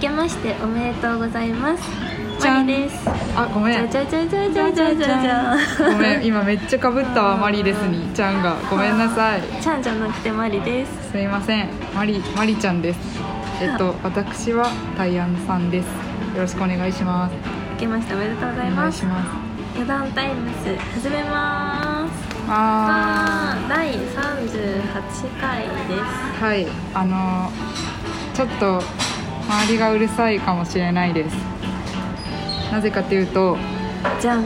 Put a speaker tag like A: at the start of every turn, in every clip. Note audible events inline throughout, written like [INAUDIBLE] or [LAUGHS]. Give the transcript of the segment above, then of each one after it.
A: けましておめでとうございます
B: じゃ
A: マ
B: ん
A: リです
B: あごめん
A: じゃじゃじゃじゃじゃじゃじゃじゃ
B: ごめん今めっちゃかぶったわマリですにちゃんがごめんなさい
A: ちゃんじゃなくてマリです
B: すいませんマリマリちゃんですえっと私はタイアンさんですよろしくお願いします
A: 明けましておめでとうご
B: お
A: ざいま
B: 願い
A: す
B: します
A: 余談タイムス始めます
B: あ
A: あー第38回です
B: ーはいあのちょっと周りがうるさいかもしれないですなぜかというと
A: じゃん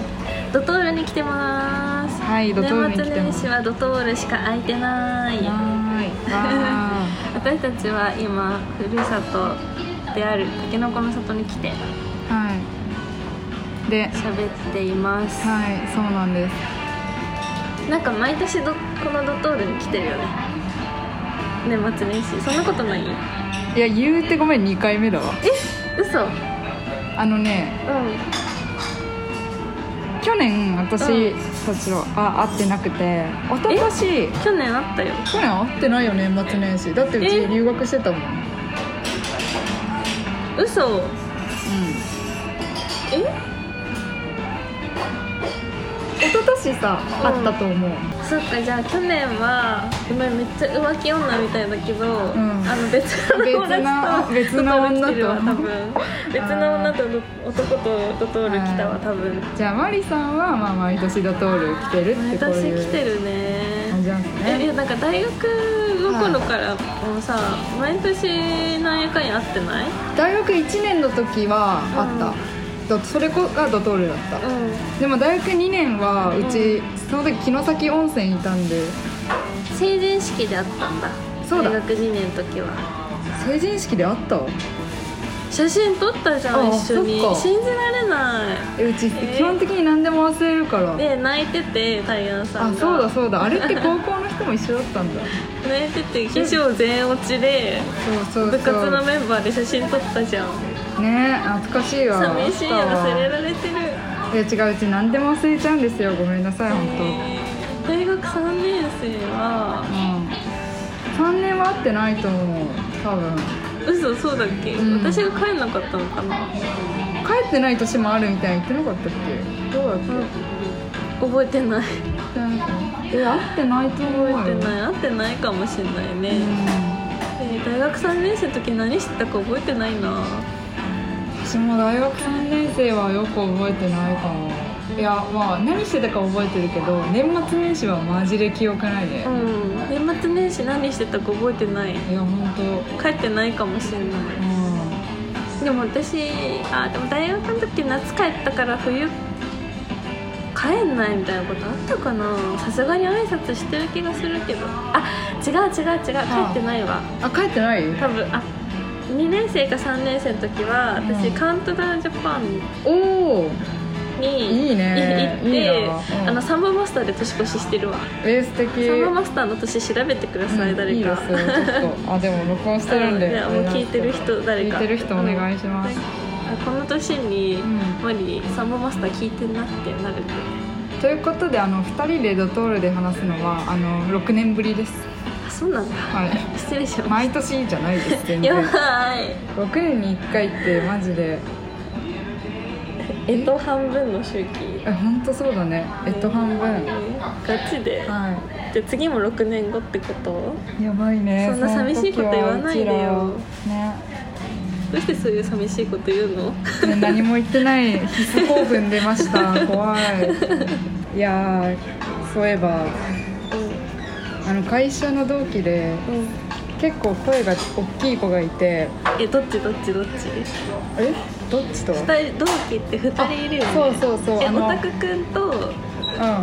A: ドトールに来てます
B: はいドトールに来て
A: 年
B: ます
A: 末年始はドトールしか空いてない
B: はーいわ
A: 私たちは今ふるさとであるたけのこの里に来て
B: ーはいで
A: 喋っています、
B: はいそうなんです
A: なんか毎年どこのドトールに来てるよね年末年始そんなことない
B: いや言うてごめん2回目だわ
A: 嘘うん
B: あのね去年私たちはあ会ってなくて一昨年
A: 去年あったよ
B: 去年会ってないよね年末年始だってうち
A: え
B: 留学してたもん、うん、
A: 嘘え
B: 一昨年さ、
A: うん
B: あったと思う
A: そっかじゃあ去年はごめんめっちゃ浮気女みたいだけど、
B: ん
A: あの別の女と
B: 別な
A: [LAUGHS]
B: 別な女と
A: ドトール来てるわ多分別の女と男とドトール来た
B: は
A: わ
B: い
A: 多分
B: じゃあマリさんはまあ毎年ドトール来てるって
A: 毎
B: こう
A: 年
B: いう
A: 来てるね
B: 感じなんです
A: えい
B: ね
A: やなんか大学の頃からもうさ毎年何やかんや会ってない
B: 大学1年の時は
A: うん
B: あった、だそれこがドトールだった、
A: うん
B: でも大学2年はうち、その時城崎温泉にいたんで
A: 成人式で会ったんだ
B: そうだ
A: 大学2年の時は
B: 成人式で会った
A: 写真撮ったじゃん
B: あ
A: 一緒に
B: そっか
A: 信じられない
B: えうち
A: ー
B: 基本的に何でも忘れるから、
A: で泣いててタイヤさ
B: あ
A: んが
B: そうだそうだあれって高校の人も一緒だったんだ
A: 泣いてて化粧全落ちで
B: そうそう
A: 部
B: そ
A: 活の
B: う
A: メンバーで写真撮ったじゃん
B: ね懐かしいわ
A: 寂しい
B: あ
A: や
B: ったわ
A: 忘れられてる
B: いや違ううち何でも忘れちゃうんですよごめんなさい本
A: えー大学3年生
B: 当、
A: は
B: うん、3年は会ってないと思う多分
A: 嘘そうだっけ、
B: うん
A: 私が帰んなかったのかな
B: 帰ってない年もあるみたいに言ってなかったっけどうだっけ、
A: 覚えてない
B: え会ってないと思うよ
A: 覚えてない会ってないかもしれないね、
B: うん
A: えー大学3年生の時何してたか覚えてないな
B: 私も大学3年生はよく覚えてないかもいやまあ何してたか覚えてるけど年末年始はマジで記憶ないね
A: う、ん年末年始何してたか覚えてない
B: いや本当う
A: 帰ってないかもしれない
B: ん
A: でも私あでも大学の時夏帰ったから冬帰んないみたいなことあったかなさすがに挨拶してる気がするけどあ違う違う違う帰ってないわ
B: あ帰ってない
A: 多分あ2年生か3年生の時は私、
B: うん
A: カウントダウンジャパン
B: おお
A: に
B: いいね
A: 行っ
B: いい
A: て
B: なうん
A: あのサンボマスターで年越ししてるわ
B: えー、素
A: サンボ
B: 敵
A: マスターの年調べてください、
B: うん
A: 誰
B: いいで
A: か
B: すよちょっ
A: [LAUGHS]
B: とあでも録音してる
A: う
B: ん
A: んい
B: で
A: やもう聞いてる人誰か
B: 聞いてる人お願いします、
A: あこの年に、
B: ん
A: マリサンボマスター聞いてんなってなる
B: ということであの2人でドトールで話すのはあの6年ぶりです
A: あそうなんだ
B: はい
A: 失礼しま
B: 毎年じゃないです全
A: すやば
B: 然
A: い
B: 6年に1回ってマジで
A: えっと半分の周期
B: え本当そうだねえっと半分は
A: ガチで
B: い
A: じゃあ次も6年後ってこと
B: やばいね
A: そんな寂しいこと言わないでよ
B: の時は
A: どうしてそういう寂しいこと言うの
B: うちらねね何も言ってない必須興奮出ました
A: [LAUGHS]
B: 怖いいやーそういえばあの会社の同期で
A: うんうん
B: 結構声が大きい子がいて
A: えどっちどっちどっち
B: えどっちと
A: 二人同期って2人いるよね
B: そうそうそう
A: え
B: あの
A: オタクくんと
B: う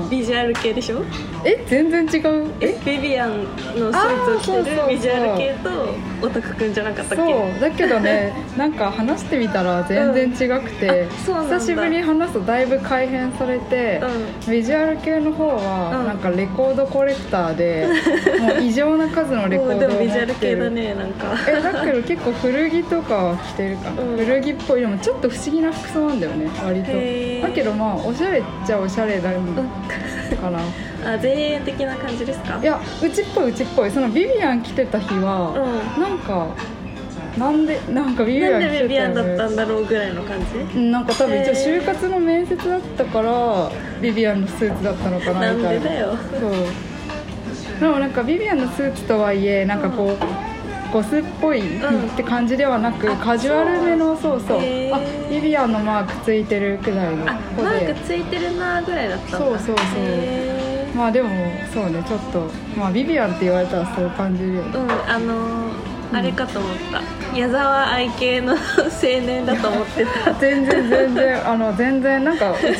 B: ん
A: ビジュアル系でしょ
B: え全然違う
A: え
B: え
A: ビビアンのスーツを着て
B: あーそうそうそ
A: る
B: う
A: ビジュアル系とオタクくんじゃなかったっけ
B: そうだけどね [LAUGHS] なんか話してみたら全然違くて、
A: うんあそうなんだ
B: 久しぶりに話すとだいぶ改変されて、ビジュアル系の方は、
A: うん
B: なんかレコードコレクター
A: [LAUGHS]
B: でもう異常な数のレコ
A: も
B: ー
A: う
B: ド
A: で
B: を
A: も
B: 持
A: ビジュア
B: っ
A: ル
B: て
A: 系だ
B: る
A: ねなんか
B: えだけど結構古着とかは着てるかな、
A: うん
B: 古着っぽいでもちょっと不思議な服装なんだよね割と
A: へー
B: だけどまあおしゃれっちゃおしゃれだかな、
A: あ前衛的な感じですか
B: いやうちっぽいうちっぽいそのビビアン着てた日
A: うん
B: は、なんかなんでなんかビビア
A: な
B: ン
A: んで
B: 来てたよ
A: ビビアンだった
B: ね
A: んだろうぐらいの感じ
B: なんか多分一
A: へ
B: 応
A: ー
B: 就活の面接だったからビビアンのスーツだったのかな
A: なん
B: みた
A: で
B: いな
A: だよ
B: そうでもなんかビビアンのスーツとはいえなんかこう、ゴスっぽい
A: うん
B: って感じではなく、
A: あ
B: カジュアルめのそうそう
A: へー
B: あビビアンのマークついてるくらいの
A: あ
B: 子
A: マ
B: で
A: ークついてるなぐらいだったんだ
B: そうそうそう
A: へ
B: まあでもそうねちょっとまあビビアンって言われたらそう感じるよね
A: ーうんあのーあれかと思った矢沢愛系の青年だと思って
B: [LAUGHS]
A: た
B: 全然全然あの全然なんかうちっ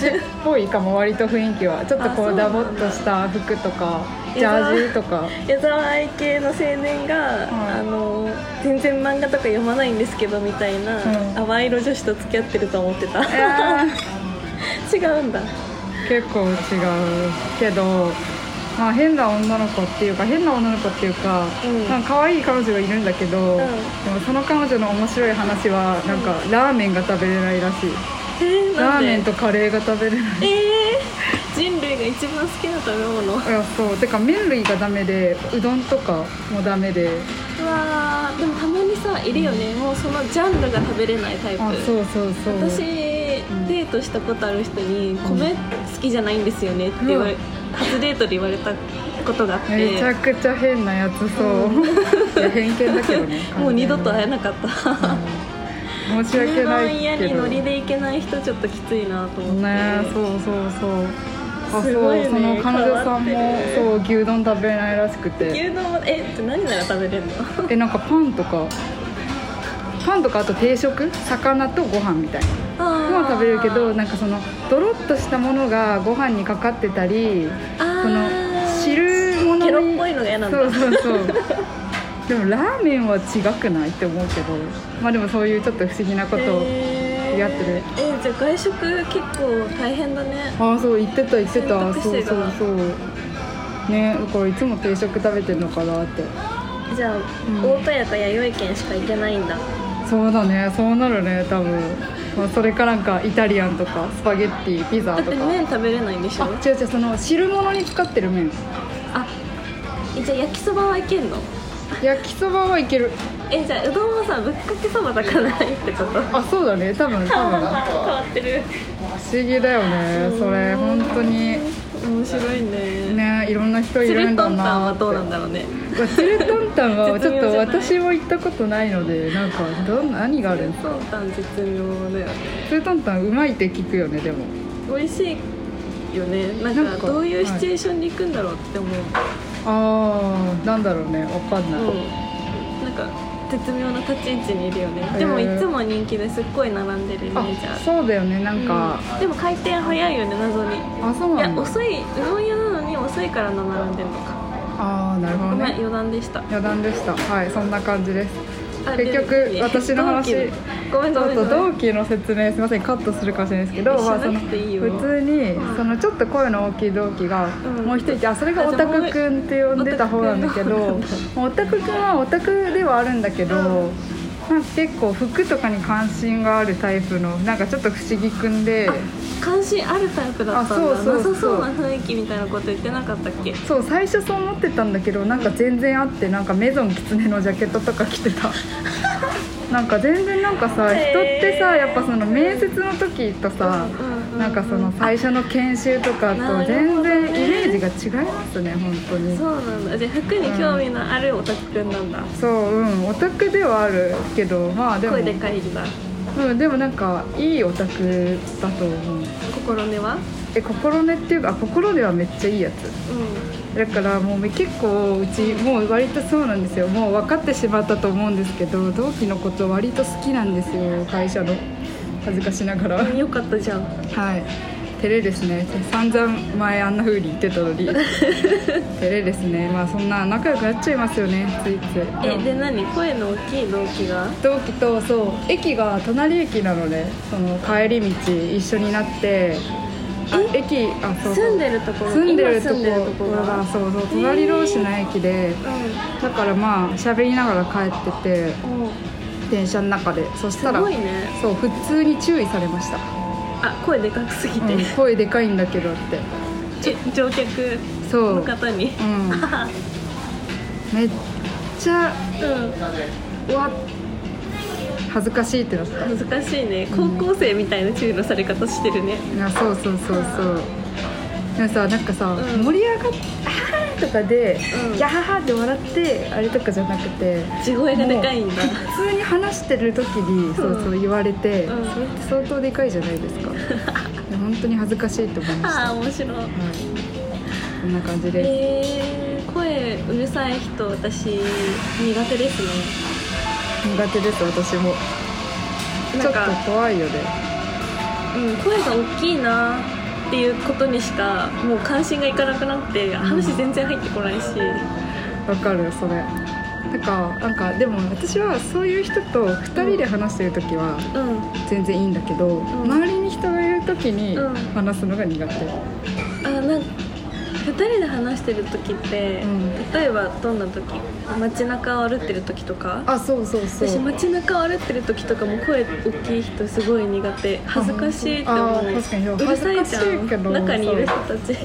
B: ぽいかも割と雰囲気はちょっとこ
A: あそううな
B: ダ
A: ん
B: ボ
A: だ
B: っとした服とかジャージとか
A: 矢沢愛系の青年が、
B: い
A: あのー全然漫画とか読まないんですけどみたいな、
B: うん
A: 淡い色女子と付き合ってると思ってた
B: いや
A: [LAUGHS]
B: ー
A: 違うんだ
B: 結構違うけど、まあ、変な女の子っていうか変な女の子っていうか,、
A: うん
B: なんか可愛い彼女がいるんだけど、
A: ん
B: でもその彼女の面白い話はなんかラーメンが食べれないらしい
A: えー、
B: ラ
A: なん
B: ー
A: で
B: メンとカレーが食べれない
A: えー、人類が一番好きな食べ物うわ
B: いやそうてか麺類がダメでうどんとかもダメで
A: ーでもたまにさいるよね、もうそのジャンルが食べれないタイプ
B: あそうそうそう
A: 私デートしたことある人に「米好きじゃないんですよね」って言われ、
B: うん
A: 初デートで言われたことがあっ
B: めちゃ
A: て
B: くちゃ変なやつそう、いや偏見だけどね
A: [LAUGHS] もう二度と会え
B: い
A: なかった
B: 申し訳
A: 一
B: ない
A: 番嫌
B: け
A: に
B: ど
A: ノリで行けない人ちょっときついなと思って
B: ねそうそうそうあ
A: すごいね
B: そうその彼女さんも
A: 変わってる
B: そう牛丼食べれないらしくて
A: 牛丼はえって何なら食べれるの
B: えなんかパンとかパンとかあと定食魚とご飯みたいなご
A: あ
B: 飯食べれるけど
A: ー
B: なんかそのドロッとしたものがご飯にかかってたり
A: あー
B: その汁物に
A: ケロっぽいのが嫌なんだ
B: そうそうそうでもラーメンは違くないって思うけどまあでもそういうちょっと不思議なことを
A: へー
B: やってる
A: えじゃあ外食結構大変だね
B: ああそう言ってた言って
A: 選
B: た
A: 択
B: そう
A: 肢が
B: そうそうねだからいつも定食食べてんのかなって
A: じゃあ、
B: ん
A: 大戸屋か弥生県しか行けないんだ
B: そうだねそうなるね多分、まあ、それかなんかイタリアンとかスパゲッティピザ
A: だ
B: と
A: って
B: か
A: 麺食べれないんでしょ
B: あ違う違うその汁物に使ってる麺
A: あえじゃあ焼きそばはいけんの
B: 焼きそばはいける
A: えじゃあうどんはさぶっかけそばだからないってこと
B: あそうだね多分多
A: 変
B: 分
A: わってる
B: 不思議だよねそれ本当に
A: 面白いね
B: ねいろんな人い
A: つ
B: るん
A: る
B: だ
A: とんたん
B: な
A: は
B: って
A: どうなんだろうね
B: つるとんたんはちょっ
A: 絶妙
B: と
A: じゃない
B: 私も行ったことないのでなんかどん何があるんですか
A: とんたん絶妙だよね
B: つるとんたんうまいって聞くよねでも
A: 美味しいよねなんか
B: なんか
A: どういうシチュエーションに行くんだろうって思う、
B: ああなんだろうねわかんない、
A: うんなんか絶妙な立ち位置にいるよ
B: へー
A: ねでもいつも人気ですっごい並んでるイメ
B: あ
A: ージある
B: そうだよねなんか、
A: うんでも回転早いよね謎に
B: あそう
A: い
B: な
A: や
B: んだ
A: 遅いうどん屋なのに遅いから並んでるのか
B: ああなるほ
A: ご
B: ど
A: めん
B: ね
A: 余談でした
B: 余談でしたはいそんな感じです
A: あ
B: 結局
A: で
B: 私の話
A: 同期ごめん
B: ち
A: ご
B: ょ
A: めん
B: っ
A: ごめ
B: と
A: ん
B: 同期の説明すみませんカットするかもしれないですけど、
A: えし
B: まあ、そ
A: な
B: の
A: くていいよ
B: 普通に
A: うん
B: そのちょっと声の大きい同期が
A: うん
B: もう一人いてあそれがオタクくんって呼んでた方なんだけどオタクくんはオタクではあるんだけど、
A: うん
B: なんか結構服とかに関心があるタイプのなんかちょっと不思議くんで
A: 関心あるタイプだったんだ
B: あそうそうそう
A: なさそうな雰囲気みたいなこと言ってなかったっけ
B: そう最初そう思ってたんだけどなんか全然あってなんかメゾンキツネのジャケットとか着て
A: [LAUGHS]
B: たなんか全然なんかさ人っ
A: へー
B: てさやっぱその面接の時とさ
A: うんうんうんうん
B: なんかその最初の研修とか
A: な
B: と
A: る
B: 全
A: ほどね
B: 然イメージが違いますね本当に
A: そうなんだじゃあ服に興味のあるオタクくんなんだ
B: そううんオタクではあるけどまあでも
A: 声でかいんだ
B: うんでもなんかいいオタクだと思う
A: 心根は
B: え心根っていうかあ心ではめっちゃいいやつ
A: う
B: だからもう結構うちもう割とそうなんですよもう分かってしまったと思うんですけど同期のこと割と好きなんですよ会社の恥ずかしながら
A: んよかったじゃん
B: はい照れですね散々前あんな風に言ってたのに照れですねまあそんな仲良くなっちゃいますよねついつい
A: えで何声の大きい動機が
B: 同期とそう駅が隣駅なのでその帰り道一緒になってあ駅あそうそう
A: 住んでるところ
B: 住んでる
A: 今
B: と
A: 住んでると
B: こ
A: こ
B: ろ
A: が
B: がそうそう隣同士の駅で、だからまあ喋りながら帰ってて
A: うんうん
B: 電車の中でそし
A: す
B: たら
A: ごいね
B: そう普通に注意されました、
A: あ声でかくすぎて、
B: うん声でかいんだけどって
A: え乗客
B: そう、う
A: の
B: ん、
A: 方に、
B: めっちゃ
A: うん
B: うわ恥ずかしいってなった
A: 難しいね高校生みたいな注意のされ方してるね
B: あそうそうそうそうでもさなんかさ、
A: うん
B: 盛り上がっ「はーとかで「
A: うん
B: やはは」って笑ってあれとかじゃなくて
A: 地声がでかいんだ
B: 普通に話してる時にそうそう言われて、
A: うん
B: それって相当でかいじゃないですかで本当に恥ずかしいと思いました、は
A: ああ面白い
B: い、こんな感じです、
A: えー、声うるさい人私苦手ですね
B: 苦手です私もち
A: な
B: ょ
A: ん
B: っと
A: か
B: 怖いよね
A: うん、声が大きいなっていうことにしかもう関心がいかなくなって話全然入ってこないし、
B: わかるそれなんかなんかでも私はそういう人と2人で話してる時は
A: うん
B: 全然いいんだけど、
A: ん
B: 周りに人がいる時に
A: うん
B: 話すのが苦手、
A: あなんか2人で話してる時って、
B: うん
A: 例えばどんな時街中を歩ってる時とか
B: あそうそうそう
A: 私街中を歩ってる時とかも声大きい人すごい苦手恥ずかしいって思
B: あ
A: う
B: 本当あ確かに
A: うるさいじゃ
B: 恥ずかしいけど
A: ん中にいる人たち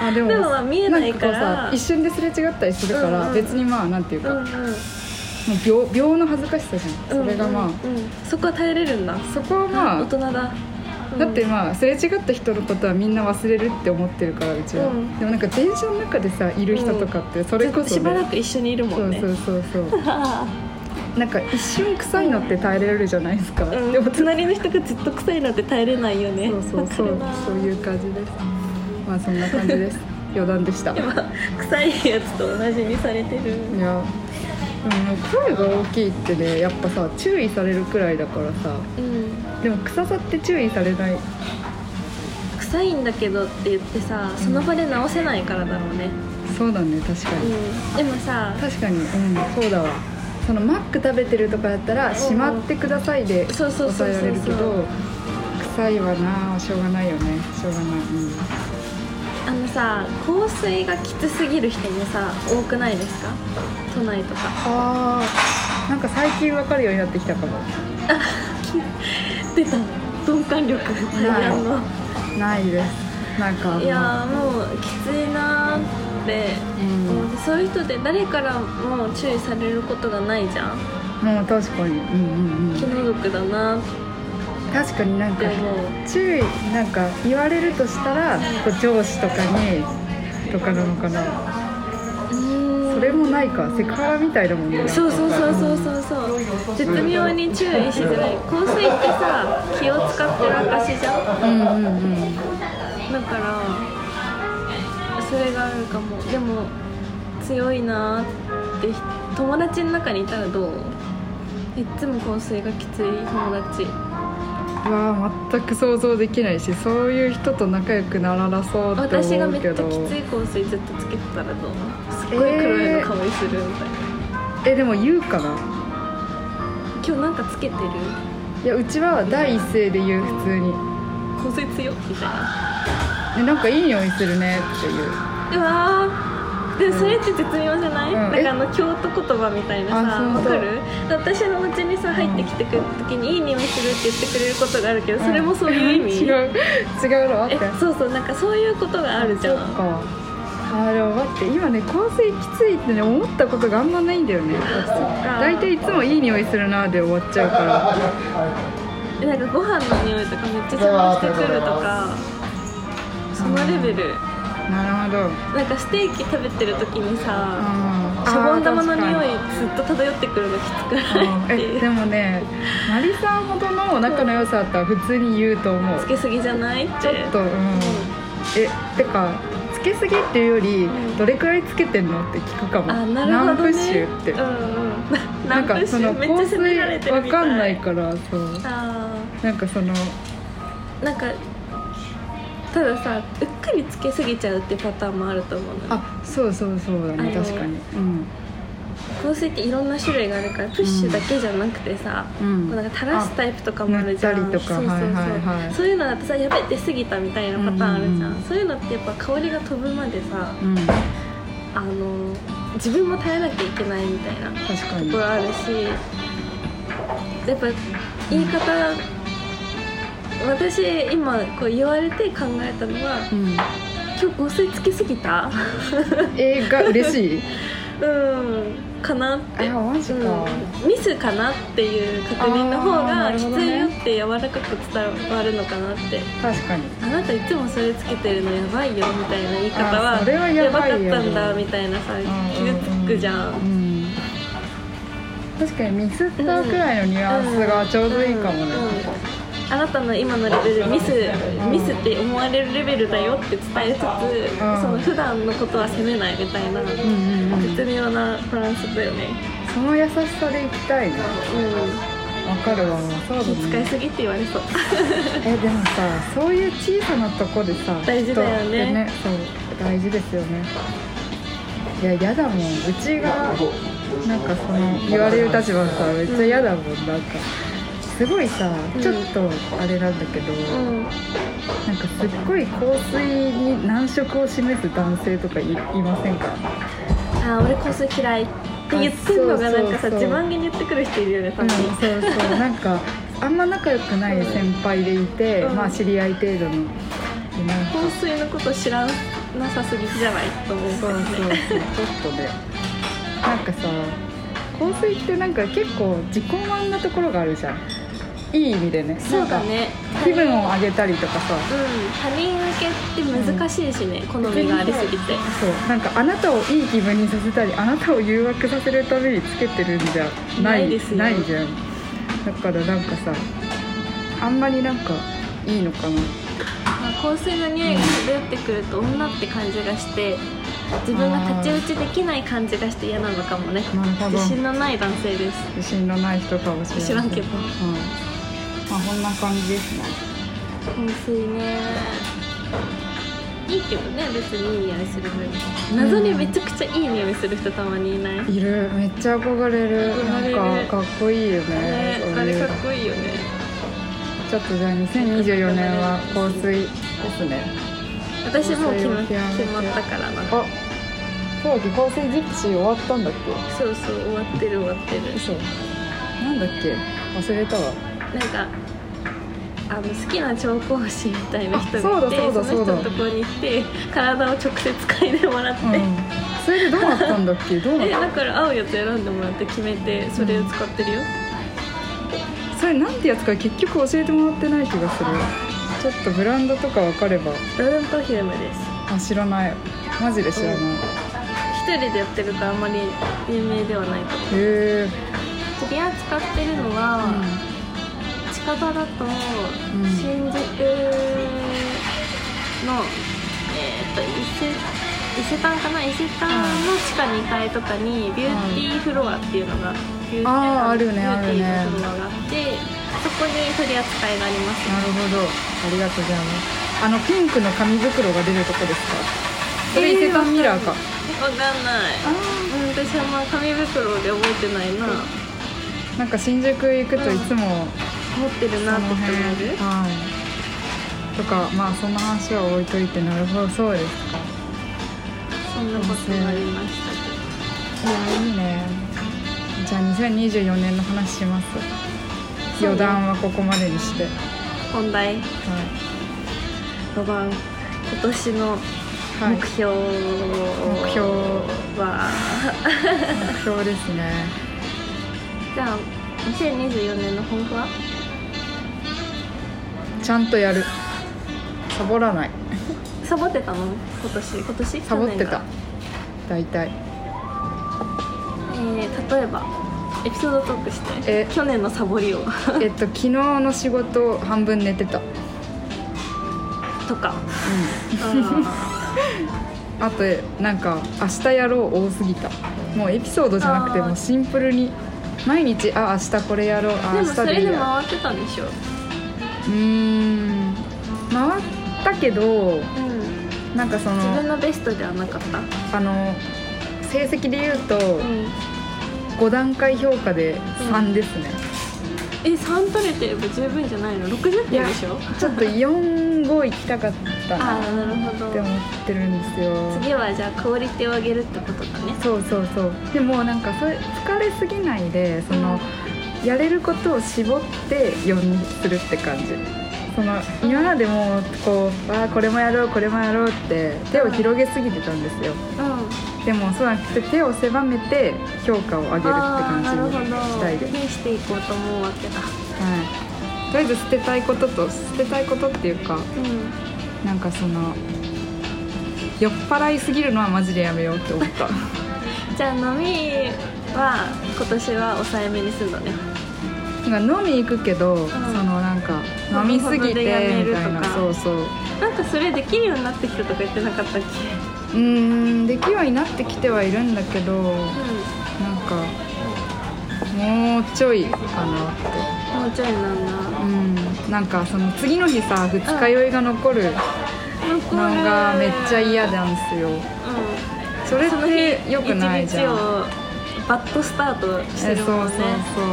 B: あでも
A: でもまあ見えないから
B: んかこうさ一瞬ですれ違ったりするから、
A: うんうん
B: 別にまあなんていう
A: う
B: か、
A: んう
B: も
A: ん
B: う秒秒の恥ずかしさじゃんそれがまあ、
A: うんうんそこは耐えれるんだ
B: そこはまあ、
A: 大人だ、うん
B: だってまあすれ違った人のことはみんな忘れるって思ってるからうちは、
A: うん
B: でもなんか電車の中でさいる人とかってそれこそ、ね
A: しばらく一緒にいるも
B: そ
A: ん
B: う
A: ね
B: そうそうそうなんか一瞬臭いのって耐えれるじゃないですか、
A: うん
B: でも
A: 隣の人がずっと臭いなんて耐えれないよね
B: そうそうそう
A: わかるな
B: そういう感じですまあそんな感じです
A: [LAUGHS]
B: 余談でしたいや
A: 今臭いやつと同じにされてる
B: でも声が大きいってねやっぱさ注意されるくらいだからさ
A: うん
B: でも臭さって注意されない
A: 臭いんだけどって言ってさその場で直せないからだろうね、
B: そうだね確か
A: う
B: に、
A: ん、でもさ
B: 確かにうんそうだわそのマック食べてるとかだったら「しまってください」で
A: そうそうそうそうそう
B: 抑えられるけど臭いわなしょうがないよねしょうがない、うん
A: あのさ香水がきつすぎる人もさ多くないですか都内とか
B: あーなんか最近わかるようになってきたかも
A: 出た鈍感力
B: い
A: 対案の
B: ないですなんか
A: いやーもうきついなーって、
B: うん
A: うんそういう人って誰からも注意されることがないじゃん
B: もう確かにうんうんう
A: 気
B: ん
A: の毒だなって
B: 確かになんか
A: 思う
B: 注意なんか言われるとしたらこう上司とかにとかなのかなそ
A: そ
B: れもないかセクハラみたいだもんね
A: そうそうそうそうそうそう絶妙に注意しづらい香水ってさ気を使ってる証じゃん
B: うんうんうん
A: だからそれがあるかもでも強いなーって友達の中にいたらどういっつも香水がきつい友達
B: うわー全く想像できないしそういう人と仲良くならなそうって
A: 私が
B: 思
A: めっ
B: う
A: ち
B: け
A: ゃきつ
B: ど
A: い香水ずっとつけてたらどうすっごい黒いの香りするみたいな、
B: えでも言うかな
A: 今日なんかつけてる
B: いやうちは第一声で言う普通に
A: 香水強っみたいな
B: えなんかいい匂いするねっていう
A: うわーでもそれって絶妙じゃない、
B: うん
A: なんかあの京都言葉みたいなさ
B: あ
A: わ
B: そうそう
A: かる私のうちにさ入ってきてくる時に「いい匂いする」って言ってくれることがあるけどそれもそういう意味、
B: [LAUGHS] 違う違うのあっ
A: え
B: て
A: そうそうなんかそういうことがあるじゃ
B: そっ
A: ん
B: かあーでも待って今ね香水きついってね思ったことがあんまないんだよね
A: か
B: 大体いつもいい匂いするなーで終わっちゃうから
A: えなんかご飯の匂いとかめっちゃ邪魔してくるとかそのレベル
B: なるほど
A: なんかステーキ食べてる時にさ
B: あー
A: シャボン玉の
B: あー確かに
A: 匂いずっと漂ってくるのきつくないって
B: え
A: い
B: で
A: う
B: もねマリさんほどの仲の良さだったら普通に言うと思う
A: つけすぎじゃないって
B: ちょっとうんえてかつけすぎっていうより
A: ん
B: どれくらいつけてんのって聞くかも
A: あなるほど、ね、
B: 何プッシュって、
A: うんうん、
B: な
A: なんん
B: か
A: か
B: そ
A: そ
B: の
A: の
B: 香
A: めっちゃ責め
B: 水
A: られてる
B: わ
A: みたい
B: かんないからそう
A: あ
B: なんかその
A: ーなんかたださうっかりつけすぎちゃうってパターンもあると思うのよ
B: あそうそうそうだね
A: あの
B: 確かにうん
A: 香水っていろんな種類があるからプッシュだけじゃなくてさ、
B: うん
A: なんか垂らすタイプとかもあるじゃん
B: あ塗ったりとか
A: そうそうそう、
B: はいはいはい
A: そういうのだとさやべ出過ぎたみたいなパターンあるじゃん、
B: うんうん
A: そういうのってやっぱ香りが飛ぶまでさ
B: うん
A: あの自分も耐えなきゃいけないみたいな
B: 確か
A: と
B: に
A: ころあるしやっぱ言い方私今こう言われて考えたのは
B: うん
A: 今日香水つけすぎた
B: えーが嬉しい
A: うんかなっ
B: あ
A: て
B: マジか、
A: うんミスかなっていう確認の方
B: あーな
A: が
B: る
A: き
B: ほど
A: つい
B: ね
A: よって柔らかく伝わるのかなって
B: 確かに
A: あなたいつもそれつけてるのやばいよみたいな言い方
B: あ
A: は
B: それはや
A: やば
B: ば
A: か
B: い
A: った
B: よ
A: んだみたいなさ
B: うん
A: 傷つくじゃ
B: うんん確かにミスったくらいのニュアンスがちょうどいいかもね、
A: うんうんあなたの今のレベルミスミスって思われるレベルだよって伝えつつ、
B: うん
A: その普段のことは責めないみたいな、
B: うんうんうん
A: 絶妙なバランスだよね
B: その優しさでいきたいな
A: う
B: わかるわそうだ
A: ん気遣い
B: ね
A: すぎって言われそう
B: えでもさそういう小さなとこでさ
A: 大事だよね
B: 人ってそう大事ですよねいや嫌だもんうちがなんかその言われる立場さめっちゃ嫌だもんなんかすごいさ
A: うん
B: ちょっとあれなんだけど、
A: うん
B: なんかすっごい香水に難色を示す男性とかいいませんか
A: あー俺香水嫌いって言ってるのがなんか
B: あそうそう
A: さ
B: そう
A: 自慢げに言ってくる人いるよねた
B: うん、
A: ま
B: そう
A: に、
B: そうなんかあんま仲良くない先輩でいて、
A: うん
B: まあ知り合い程度のでなんか
A: 香水のこと知らなさすぎじゃないと思う
B: そうそうそうちょっとでなんかさ香水ってなんか結構自己満なところがあるじゃんいい意味でね
A: そうだね
B: なんか気分を上げたりとかさ
A: うん他人受けって難しいしね、好みがありすぎて
B: そうなんかあなたをいい気分にさせたりあなたを誘惑させるためにつけてるんじゃな
A: な
B: い
A: いですよ
B: ないじゃんだからなんかさあんまりなんかいいのかな
A: まあ香水の匂いが漂ってくると女って感じがして自分が太刀打ちできない感じがして嫌なのかもね
B: なるほど
A: 自信のない男性です
B: 自信のない人かもしれない
A: 知らんけど
B: うんまあこんな感じですね
A: 香水ねいいけどね別にいい匂いする分謎にめちゃくちゃいい匂いする人たまにいない、ね
B: いるめっちゃ憧れる
A: 憧れる
B: なんかかっこいいよねそう
A: あれ
B: い
A: か
B: う
A: っこいいよね
B: ちょっとじゃあ2024年は香水ですね
A: 私もう決ま決まったからな
B: あそうだっけ香水実習終わったんだっけ
A: そうそう終わってる終わってる
B: 嘘なんだっけ忘れたわ
A: なんかあの好きな調香師みたいな人
B: あそ
A: が
B: う
A: い
B: だ
A: て
B: そうだ
A: の人
B: そう
A: の
B: だ
A: ところに行って体を直接嗅いでもらって、
B: うんそれでどうなったんだっけどうな
A: え
B: っ
A: だから合うやつ選んでもらって決めてそれを使ってるよ、
B: たそれなんてやつか結局教えてもらってない気がするちょっとブランドとか分かれば
A: ダウンパフュームです
B: あ知らないマジで知らない、
A: うん一人でやってるからあんまり有名ではないと思う
B: へえ
A: 次は使ってるのは、近場だと
B: ん
A: 新宿の、えー、と伊勢伊勢丹かな伊勢丹の地下2階とかにビューティーフロアっていうのが、ビューティー
B: あーあるね
A: ビューティ
B: あ
A: ー
B: るね
A: のフロアがあってそこに取り扱いがあります
B: なるほど。ありがとうございます。あのピンクの紙袋が出るとこですか。それ伊勢丹ミラーか。
A: わかんないうん私はまあ紙袋で覚えてないな持
B: なんか新宿行くといつも、
A: ってる
B: そ
A: な
B: の
A: って思
B: 辺
A: える
B: はい。とかまあそんな話は置いといてなるほどそうですか。
A: そんなことがありましたけど
B: いやいいね。じゃあ2024年の話します。
A: そうね
B: 余談はここまでにして。はい。
A: 本題5番今年の
B: はい
A: 目標
B: 目標
A: は
B: 目標ですね。
A: じゃあ2024年の抱負は
B: ちゃんとやる。サボらない。
A: サボってたの今年今年
B: サボって
A: 去
B: た。大
A: 年
B: 体。
A: がえー例えばエピソードトークして
B: え
A: 去年のサボりを [LAUGHS]
B: えっと昨日の仕事半分寝てた。
A: と
B: [LAUGHS]
A: か
B: う
A: あ
B: ん、あとなんか「明日やろう」多すぎたもうエピソードじゃなくて
A: あー
B: もうシンプルに毎日「あ明日これやろう」
A: ーで
B: あ明
A: も
B: 日
A: それ
B: でいい
A: で
B: や
A: 回ってたんでしょ
B: うーん回ったけど
A: うん
B: なんかそ
A: 自分の
B: の
A: ベストではなかった
B: あの成績で言うと、
A: うん
B: 5段階評価で3ですね、
A: え3取れてれば十分じゃないの60点でしょ
B: ちょっと45行きたかった
A: あ
B: なっ
A: あなるほど
B: て思ってるんですよ
A: 次はじゃあクオリティを上げるってことだね
B: そうそうそうでもなんかそれ疲れすぎないでその、やれることを絞って4にするって感じその今までもこうあーこれもやろうこれもやろうって手を広げすぎてたんですよ
A: うん
B: ででもそうじゃなくて手を狭めて評価を上げるっ
A: あ
B: て感
A: あーなるほ
B: じにしたいです、
A: ど
B: はい、
A: にしていこうと思うわけだ
B: とりあえず捨てたいことと捨てたいことっていうか
A: うん
B: なんかその酔っ払いすぎるのはマジでやめようって思った
A: [LAUGHS] じゃあ飲みは今年は抑えめにするのね
B: なんか飲み行くけど、そのなんか飲
A: ほ
B: みすぎ
A: どほどでや
B: て
A: め
B: み
A: ると
B: た
A: か
B: いなそうそう
A: なんかそれできるようになってきたとか言ってなかったっけ
B: うーんできるようになってきてはいるんだけど
A: う
B: なんかもうちょいかなって
A: んもうちょいなんだ
B: うんなんかその次の日さ二日酔いが残るのがめっちゃ嫌なんですよ
A: う
B: それ
A: ん
B: っ
A: その日
B: て良くないじゃん
A: 一日をバッドスタートして
B: え
A: る
B: そう
A: もんね
B: そう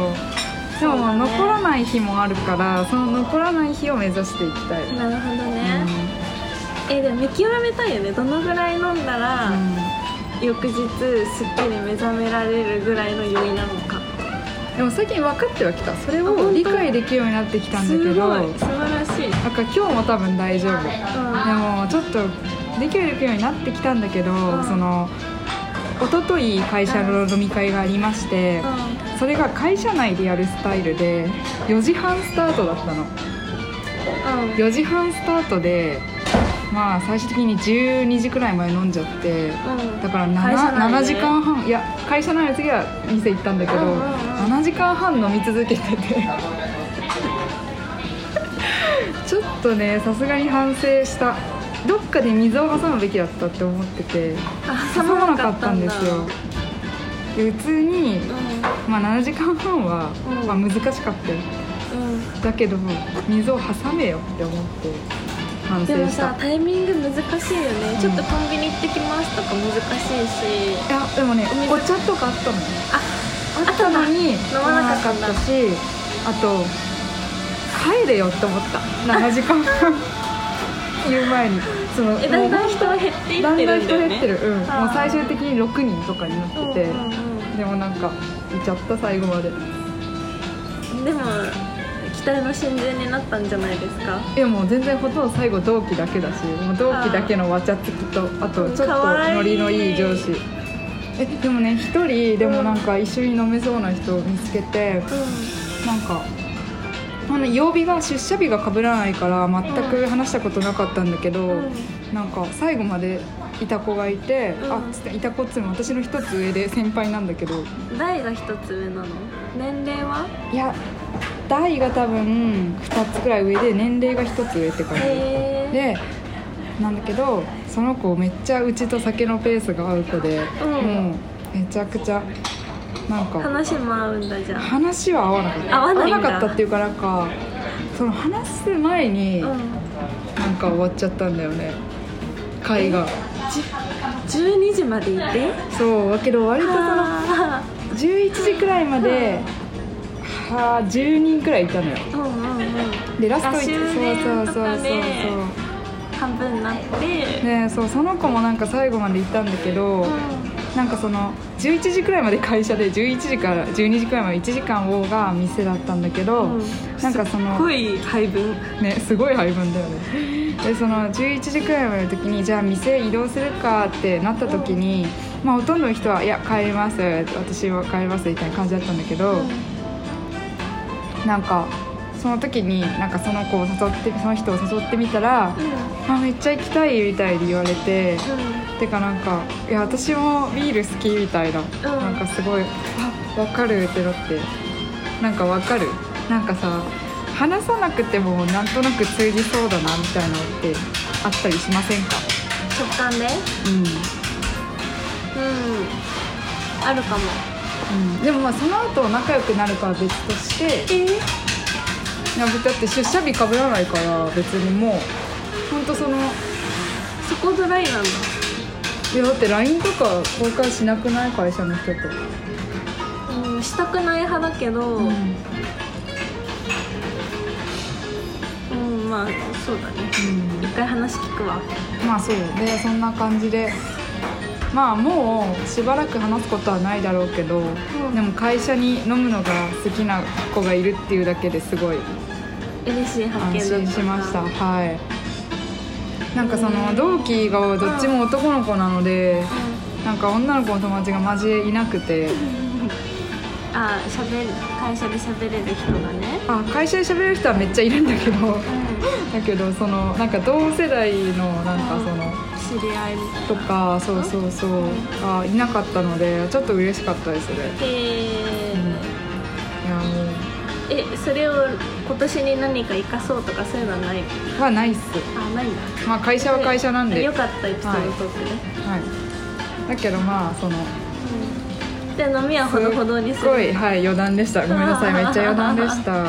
B: そうでもまあ
A: そうだね
B: 残らない日もあるからその残らない日を目指していきたい、うん
A: なるほどね、えでも見極めたいよねどのぐらい飲んだら、翌日すっきり目覚められるぐらいの余裕なのか
B: うんでも最近分かってはきたそれ
A: あ本
B: を
A: 当
B: 理解できるようになってきたんだけ
A: す
B: ど
A: ご
B: ない
A: 素晴らしい、うん
B: か今日も多分大丈
A: ん、
B: 夫でもちょっとできるようになってきたんだけど、
A: うん
B: その一昨日会社の飲み会がありまして、それが会社内でやるスタイルで4時半スタートだったの
A: うんうん
B: 4時半スタートでまあ最終的に12時くらいまで飲んじゃって
A: うん
B: だから
A: 会社
B: 7,
A: 内で
B: 7時間半いや会社内の次は店行ったんだけど、
A: うんうんうん
B: 7時間半飲み続けてて [LAUGHS] ちょっとねさすがに反省したどっかで水を挟むべきだったって思ってて
A: あ
B: 挟まなかったんですよで普通に、
A: う
B: まあ、7時間半は、
A: うん
B: まあ、難しかったよ
A: んうん
B: だけど水を挟めよって思って反省
A: でも
B: した
A: さタイミング難しいよね、
B: うん
A: ちょっとコンビニ行ってきますとか難しいし
B: いやでもね
A: お水
B: お茶とかあったのよ
A: あ
B: あったのに飲
A: 飲まなかったんだ
B: しあと帰れよって思った7時間半言う前にその
A: えだんだ
B: も
A: ん
B: う
A: 人は減ってい
B: だ
A: っ
B: ん
A: て
B: だ
A: る
B: ん
A: んだ
B: 人
A: よね
B: 減ってる、うん、もう
A: あー
B: 最終的に6人とかになってて、
A: うんうん
B: でもなんかいちゃった最後までい
A: うんでも期待の新人になったんじゃないですか
B: やもう全然ほとんど最後同期だけだしもう同期だけのわちゃつきとあとちょっと
A: かわいい
B: ノリのいい上司えでもね一人でもなんか一緒に飲めそうな人を見つけて、
A: う
B: なんかあの曜日が出社日が被らないから全く話したことなかったんだけど、
A: ん
B: なんか最後までいた子がいて、
A: うん
B: あつっていた子っつうの私の一つ上で先輩なんだけど
A: 代が一つ上なの年齢はい
B: や代が多分2つくらい上で年齢が一つ上って感じ、
A: へえ
B: でなんだけどその子めっちゃうちと酒のペースが合う子で、
A: うん
B: もうめちゃくちゃなんか
A: 話も合うんだじゃん
B: 話は合わなかった
A: 合わないんだ
B: かったっていうかなんかその話す前に
A: う
B: なん
A: ん
B: か終わっちゃったんだよね会が
A: 12時までい [LAUGHS] て
B: そうだけど割とその
A: あ
B: 11時くらいまではあ10人くらいいたのよ
A: ーうんうんうん
B: でラスト
A: あ
B: 1
A: 終電
B: そうそう
A: と
B: そう
A: か
B: そう
A: で
B: そ
A: 半分になって、
B: うねそうその子もなんか最後までいたんだけど、なんかその11時くらいまで会社で11時から12時くらいまで1時間をが店だったんだけど、
A: うん
B: なんかその
A: すっごい配分
B: ねすごい配分だよねでその11時くらいまでの時にじゃあ店移動するかってなった時に、まあほとんどの人は「いや帰ります私は帰ります」みたいな感じだったんだけど、なんかその時になんかその子を誘ってその人を誘ってみたら「あめっちゃ行きたい」みたいに言われて。てかなんか「いや私もビール好き」みたいな、なんかすごい「あわかる」ってなってなんかわかるなんかさ話さなくてもなんとなく通じそうだなみたいなのってあったりしませんか
A: 食感で
B: うん、
A: うんあるかも
B: うん、でもまあその後仲良くなるかは別として
A: え
B: いやだって出社日かぶらないから別にもうほんとその
A: そこドライなんだ
B: いやだって LINE とか交換しなくない会社の人と、
A: うんしたくない派だけどう
B: うん
A: ん、まあそうだね一回話聞くわ
B: まあそうでそんな感じでまあもうしばらく話すことはないだろうけど、でも会社に飲むのが好きな子がいるっていうだけですごい
A: 嬉しい発
B: 安
A: 見だった
B: 心しましたはいなんかその同期がどっちも男の子なので
A: う
B: なんか女の子の友達がマジでいなくて
A: あしゃべる会社でしゃべれる人がね
B: あ会社で喋る人はめっちゃいるんだけどだけどそのなんか同世代のなんかその
A: 知り合いみたいな
B: とかそうそうそうあいなかったのでちょっと嬉しかったですね
A: え
B: うんいやも
A: ーえそれを今年に何か生かそうとかそういうのはない
B: うんはないっす
A: あないんだ
B: まあ会社は会社なんで、
A: よ
B: はい、
A: かったエピソードトークね、
B: だけどまあその
A: じゃあ飲みはほどほどにす
B: すご
A: る
B: い、はい、余談でしたごめんなさいめっちゃ余談でした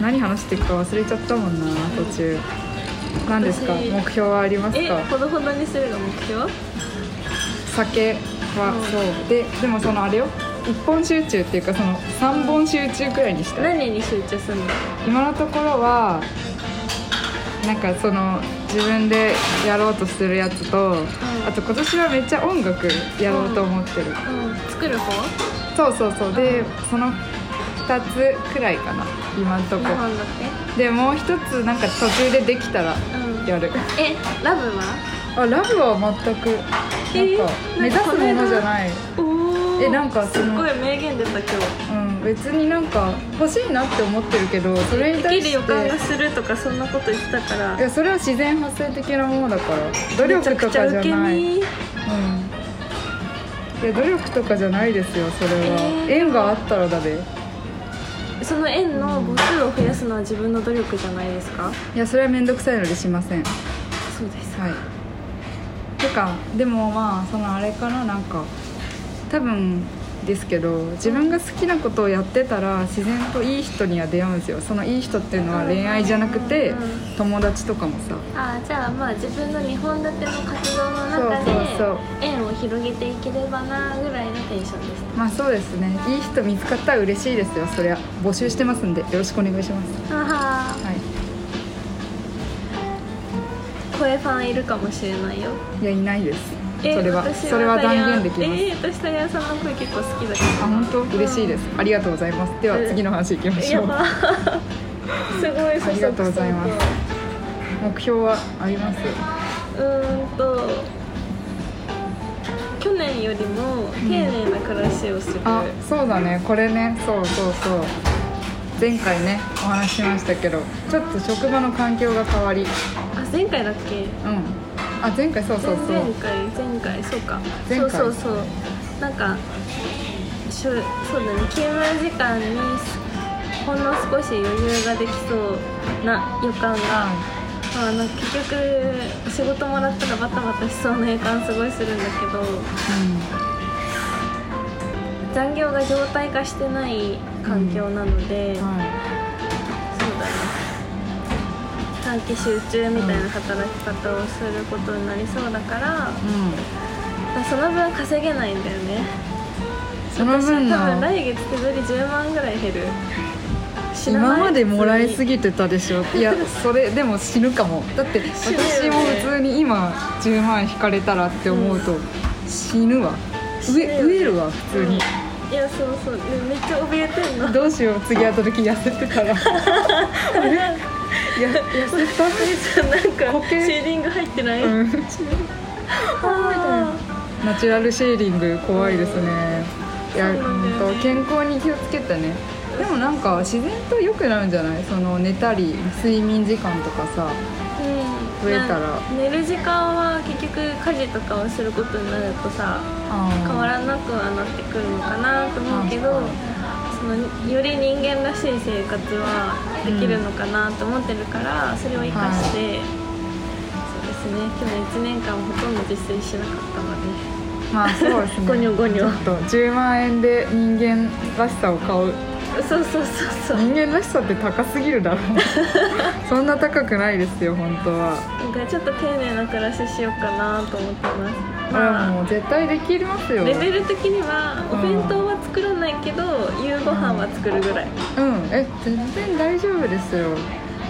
B: 何話してるか忘れちゃったもんな途中何ですか
A: 私
B: 目標はあります
A: え
B: か
A: ほどほどにするが目標
B: 酒は
A: うん
B: そうででもそのあれよ一本集中っていうかその三本集中くらいにしたい
A: 何に集中するの
B: 今のところはなんかその自分でやろうとするやつと、あと今年はめっちゃ音楽やろうと思ってる、
A: うん作る方
B: そうそうそうで、
A: うん
B: その2つくらいかな今んとこ、
A: 日本だって
B: でもう一つなんか途中でできたら
A: うん
B: やる
A: えラブは
B: あラブは全く
A: え
B: なんか目指すものじゃない、
A: おお
B: えなんかそ
A: す
B: の
A: ごい名言出た今
B: うん、別になんか欲しいなって思ってるけどそれに
A: 日で
B: 対
A: き
B: し
A: る
B: て
A: 予感がするとかそんなこと言ってたから
B: いやそれは自然発生的なものだから努力とかじゃ
A: めちゃくちゃ受け
B: ない、うん、い
A: 身
B: や努力とかじゃないですよそれは、
A: えー
B: 縁があったらだで
A: その円の母数を増やすのは自分の努力じゃないですか
B: いやそれは面倒くさいのでしませんは
A: そうです
B: いてかでもまあそのあれかななんか多分ですけど自分が好きなことをやってたら自然といい人には出会うんですよそのいい人っていうのは恋愛じゃなくて
A: うんうんうん
B: 友達とかもさ
A: あーじゃあまあ自分の2本立ての活動の中
B: そうそうそう
A: で円を広げていければなぐらいのテンションですね
B: まあそうですねいい人見つかったら嬉しいですよそりゃ募集してますんでよろしくお願いします
A: はは
B: はい
A: 声ファンいるかもしれないよ
B: いやいないです。
A: え
B: それは
A: 私
B: それは断言できます。
A: えー、私タリアさんの声結構好きだけど
B: あ本当嬉しいです。ありがとうございます。では
A: うん
B: 次の話行きまし
A: や
B: ょう。
A: ば
B: [LAUGHS]
A: すごいそそくそ
B: ありがとうございます目標はあります。
A: うーんと去年よりも丁寧な暮らしをする、
B: あそうだねこれねそうそうそう。前回ねお話ししましたけどちょっと職場の環境が変わりうん
A: あ前回だっけ
B: あ前回そうそうそう
A: 前々回前回そうか
B: 前回
A: そうそうそうなんかしょそうだね勤務時間にほんの少し余裕ができそうな予感が、
B: は
A: まあ、なんか結局仕事もらったらバタバタしそうな予感すごいするんだけど
B: い
A: 残業が常態化してない環境なので、
B: うん
A: そう
B: は
A: だね短期集中みたいな働き方をすることになりそうだから、
B: いうん
A: まあその分稼げないんだよね
B: その分
A: 多分
B: の
A: 来月手取り10万ぐらい減る死なない
B: 今までもらいす
A: 普
B: ぎてたでしょいやそれでも死ぬかもだって
A: 死ぬよね
B: 私も普通に今10万引かれたらって思うと死ぬわ
A: 死ぬ
B: 飢
A: よ
B: え
A: ね
B: 飢えるわ普
A: 通
B: 通
A: に
B: に
A: うんいやそうそう、ね、めっちゃ怯えてんの [LAUGHS]
B: どうしよう次会った時痩せてたらあれいや痩せ
A: なん
B: 保
A: かシ
B: 険
A: ーリング入ってない、
B: たうん
A: あ
B: ナチュラルシェーディング怖いですねいや
A: そうなんだよね
B: 本当健康に気をつけてねでもなんか自然と良くなるんじゃないその寝たり睡眠時間とかさ
A: ーうん
B: 増えたら
A: な寝る時間は結局家事とかをすることになるとさ変わ
B: あ
A: らなくはなってくるのかなと思うけ
B: う
A: ど
B: ん
A: そのより人間らしい生活はできるのかなと思ってるから、それを生かして、そうですね去年1年間ほとんど実践しなかったので
B: ーまあそうですね
A: ゴニョゴニ
B: ちょ
A: ョ
B: っと10万円で人間らしさを買う
A: そうそうそうそう
B: 人間らしさって高すぎるだろう
A: [LAUGHS]
B: そんな高くないですよ本当は
A: なんかちょっと丁寧な暮らししようかなと思ってます、
B: これは
A: ま
B: も
A: あ
B: う絶対できますよ
A: レベル的にはお弁当は作らないけど夕ご飯は作るぐらい
B: うんえ全然大丈夫ですよ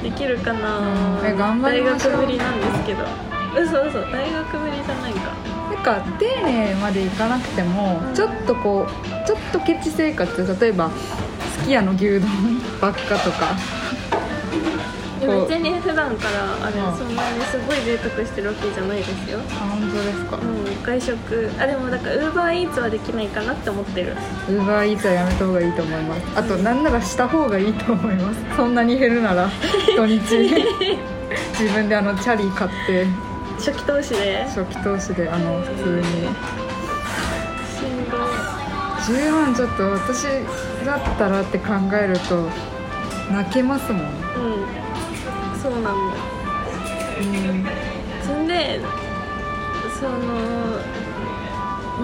A: できるかな、
B: うんえ頑張りましょう
A: 大学ぶりなんですけど嘘嘘大学ぶりじゃないか
B: なんか丁寧までいかなくても、
A: うん
B: ちょっとこうちょっとケチ生活例えばすき家の牛丼ばっかとか
A: いや
B: こう
A: 別に普段からあれ、
B: うん
A: そんなにすごい贅沢してるわけじゃないですよ
B: あ本当ですか
A: うん外食あでもだからウーバーイーツはできないかなって思ってる
B: ウーバーイーツはやめた方がいいと思いますあとなんならした方がいいと思いますそんなに減るなら
A: [LAUGHS]
B: 土日自分であのチャリ買って
A: 初期投資で
B: 初期投資であの普通に
A: しんどい
B: 10万ちょっと私だったらって考えると泣けますもん、
A: うんそうなの
B: うん
A: そんでその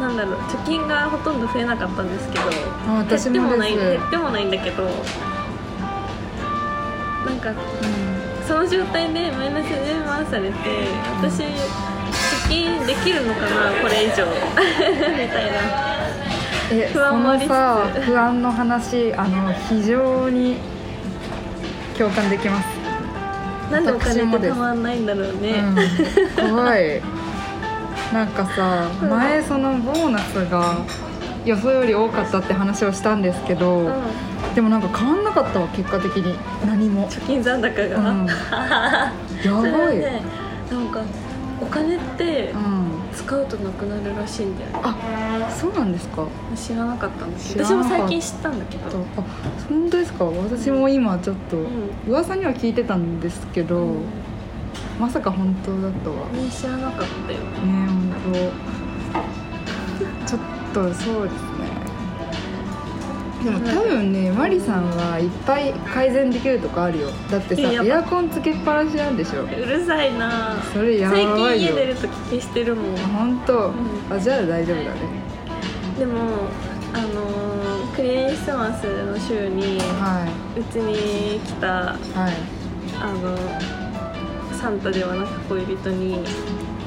A: なんだろう貯金がほとんど増えなかったんですけど
B: あ私も
A: 減っても
B: です
A: ない減ってもないんだけどなんか
B: う
A: その状態でマイナス10万されて私貯金できるのかなこれ以上 [LAUGHS] みたいなん
B: え
A: 不安もありつつ
B: そのさ不安の話あの非常に共感できます、
A: なんでお
B: 私
A: 金
B: も
A: って
B: です
A: たまんないんだろうね、
B: うん、怖いなんかさ
A: うん
B: 前そのボーナスが予想より多かったって話をしたんですけど、
A: うん
B: でもなんか変わんなかったわ結果的に何も
A: 貯金残高が、
B: うんや
A: それ
B: ば、
A: はいねなんかお金って
B: うん
A: 使うとなくなるらしいんだよね
B: あそうなんですか
A: 知らなかったんです
B: 知ら
A: 私も
B: なかった
A: 最近知ったんだけ
B: あ
A: ど、
B: 本当ですか私も今ちょっと
A: ん
B: 噂には聞いてたんですけど、まさか本当だったわね
A: うん、知らなかったよ
B: 本当ちょっとそうですねでも多分ねマリさんはいっぱい改善できるとこあるよだってさ
A: いややっぱ
B: エアコンつけっぱなしなんでしょ
A: うるさいな
B: それやばい
A: 最
B: よ
A: 近家出るとき消してるもん
B: あ本当、
A: ん
B: あじゃあ大丈夫だね
A: でもあのークリスマスの週に
B: は
A: うちに来たあ
B: いは
A: のサンタではなく恋人に、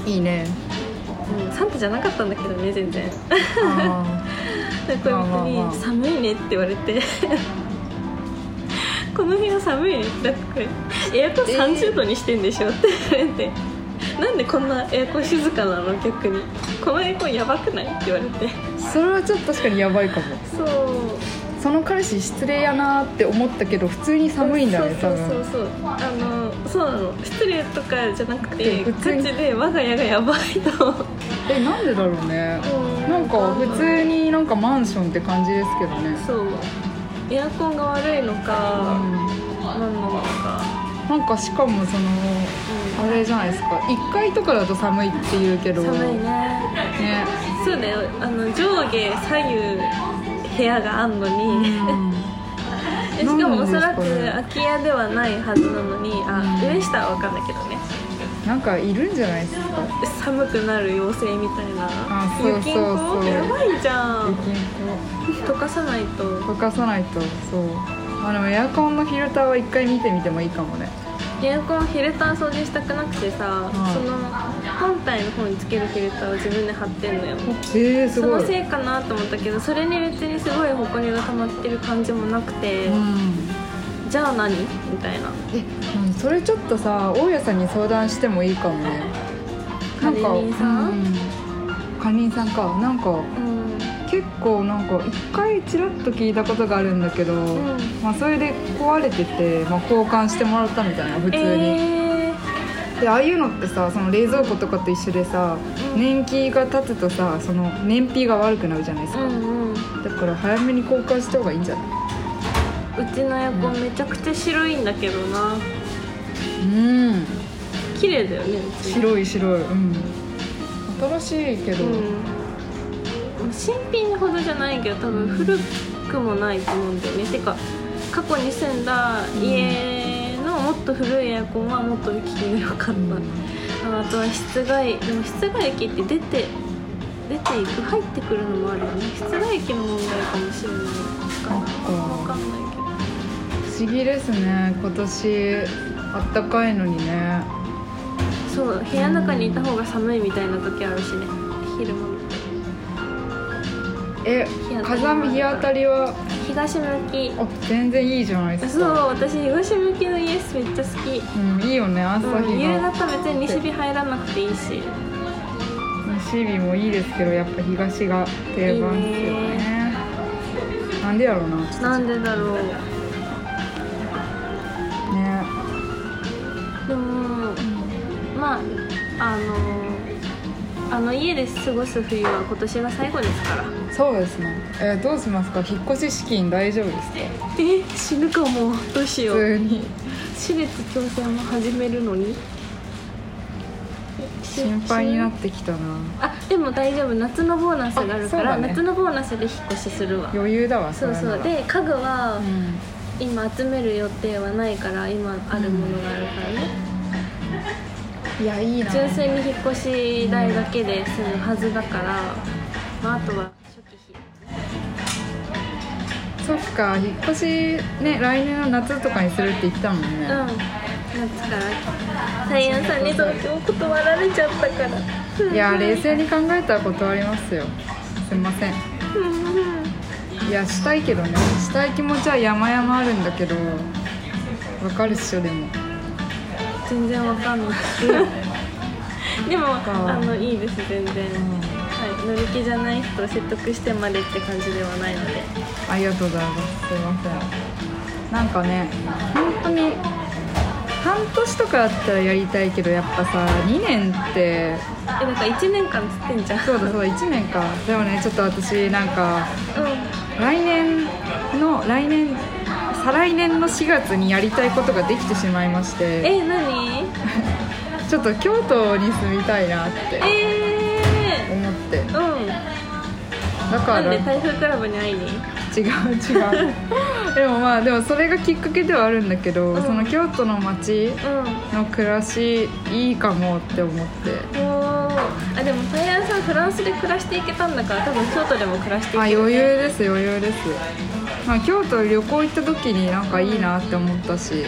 B: いいいね
A: うん、サンタじゃなかったんだけどね全 [LAUGHS] 然
B: あ
A: で恋
B: まあ
A: 人
B: まあまあ
A: に「寒いね」って言われて [LAUGHS] この日は寒いねだってこれエアコン
B: えー
A: 30度にしてんでしょって言われてなんでこんなエアコン静かなの逆にこのエアコンやばくないって言われて [LAUGHS]
B: ーそれはちょっと確かにやばいかも
A: そう
B: その彼氏失礼やなーって思ったけど普通に寒いんだね
A: そ
B: 多
A: うそう
B: 分
A: そうそうあのそうなの失礼とかじゃなくて
B: 普
A: ガ
B: 通に
A: チで我が家がやばいと
B: えなんでだろうねなんか普通になんかマンションって感じですけどね
A: そうエアコンが悪いのか、何なのか、
B: なんかしかもその
A: うん
B: あれじゃないですか1階とかだと寒いって言うけど
A: 寒いね
B: ね
A: そうだよあの上下左右部屋があんの
B: う
A: に、
B: ん
A: えしかもおそらく
B: なんですか
A: 空き家ではないはずなのにあ
B: うん
A: 上下は分かんないけどね
B: なんかいるんじゃないですか
A: 寒くなる妖精みたいな
B: あそうそう
A: 雪んこ
B: そう
A: やばいじゃ
B: 最
A: ん
B: 近
A: 溶かさないと
B: こう溶かさないとそうまあでもエアコンのフィルターは1回見てみてもいいかもね
A: エアコンフィルター掃除したくなくてさ、
B: い
A: その本体の方につけるフィルターを自分で貼ってんのよ
B: えー、す
A: そ
B: ご
A: の
B: い
A: せいかなと思ったけどそれに別にすごいホコリが溜まってる感じもなくて、
B: うん
A: じゃあ何みたいな
B: え、うん、それちょっとさ大家さんに相談してもいいかもね
A: 管理人さん
B: うん管理人さんかなんか
A: うん
B: 結構なんか一回ちらっと聞いたことがあるんだけど、
A: ん
B: まあ、それで壊れてて、まあ、交換してもらったみたいな普通に、
A: え
B: でああいうのってさその冷蔵庫とかと一緒でさ
A: うん
B: 年季が経つとさその燃費が悪くなるじゃないです
A: ーう
B: か、
A: んうんう
B: だから早めに交換した方がいいんじゃない
A: ちのエアコンめちゃくちゃ白いんだけどな
B: うん
A: 綺麗だよねうち
B: 白い白いうん新しいけど、
A: うん新品ほどじゃないけど多分古くもないと思うんだよねてか過去に住んだ家のもっと古いエアコンはもっと効きが良かった、あとは室外でも室外機って出て出ていく入ってくるのもあるよね室外機の問題かもしれないかな
B: そっ
A: 分
B: か
A: かんないけど
B: 不思議ですね今年あったかいのにね
A: そう部屋の中にいた方が寒いみたいな時あるしね昼間
B: え
A: 日当たり
B: 風見日当たりは
A: 東向き
B: あ全然いいじゃないで
A: そ
B: す
A: う
B: か
A: 私東向きのイエスめっちゃ好き
B: うんいいよね朝
A: うん
B: 日
A: 夕
B: が
A: 方別に西日入らなくていいし
B: 西日もいいですけどやっぱ東が定番ですよ
A: いい
B: ねなんでやろうなちょっと
A: なんでだろう
B: ね
A: でもまああのあの家で過ごす冬は今年が最後ですから
B: そうですねえーどうしますか引っ越し資金大丈夫ですか
A: え死ぬかもどうしよ
B: 普
A: う
B: 通に
A: 私立共産も始めるのに
B: 心配になってきたな
A: あでも大丈夫夏のボーナスがあるから
B: あそうだね
A: 夏のボーナスで引っ越しするわ
B: 余裕だわ
A: そう
B: れな
A: そう
B: ら
A: で家具は
B: うん
A: 今集める予定はないから今あるものがあるからね、
B: いやいいな
A: 純粋に引っ越し代だけで済むはずだから、まあ、あとは初期費
B: そっか引っ越しね来年の夏とかにするって言ってたもんね、
A: うん夏からサイヤンさんにその今日断られちゃったから
B: いや冷静に考えたら断りますよすいませんいやしたいけどねしたい気持ちは山々あるんだけどわかるっしょでも
A: 全然わかんないでも
B: か
A: あのいいです全然、はい、乗り気じゃない人を説得してまでって感じではないので
B: ありがとうございますすいませんなんかね本当に半年とかだったらやりたいけどやっぱさ2年って
A: えなんか1年間つってんじゃん
B: そうだそうだ1年かでもねちょっと私なんか
A: う
B: 来年の来年再来年の4月にやりたいことができてしまいまし
A: ん
B: て
A: え何
B: ちょっと京都に住みたいなって
A: え
B: 思って
A: ー、うん
B: だ
A: な
B: か
A: ん
B: ら
A: で
B: 違う
A: 台風クラブに会いに
B: 違う [LAUGHS] でもまあでもそれがきっかけではあるんだけど、
A: うん
B: その京都の街
A: うん
B: の暮らしいいかもって思って
A: おーあでもサイヤンさんフランスで暮らしていけたんだから多分京都でも暮らしてい
B: あ
A: ける、
B: 余裕
A: ね、
B: です余裕です、まあ、京都旅行行った時になんかいいなって思ったし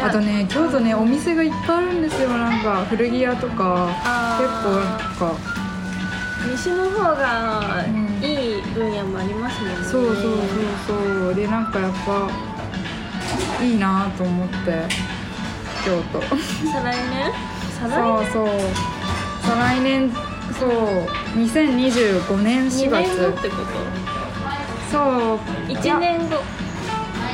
A: うん
B: あとね京都ねお店がいっぱいあるんですよなんか古着屋とか結構
A: あ
B: なんか
A: 西の方が
B: うん
A: いい分野もありますもんね、
B: そうそうそうそうでなんかやっぱいいなと思って京都
A: 再来年再
B: そ
A: 来
B: うそう再来年そう2025
A: 年
B: 年4
A: 2年後
B: 月
A: ってこと
B: そう
A: 1年後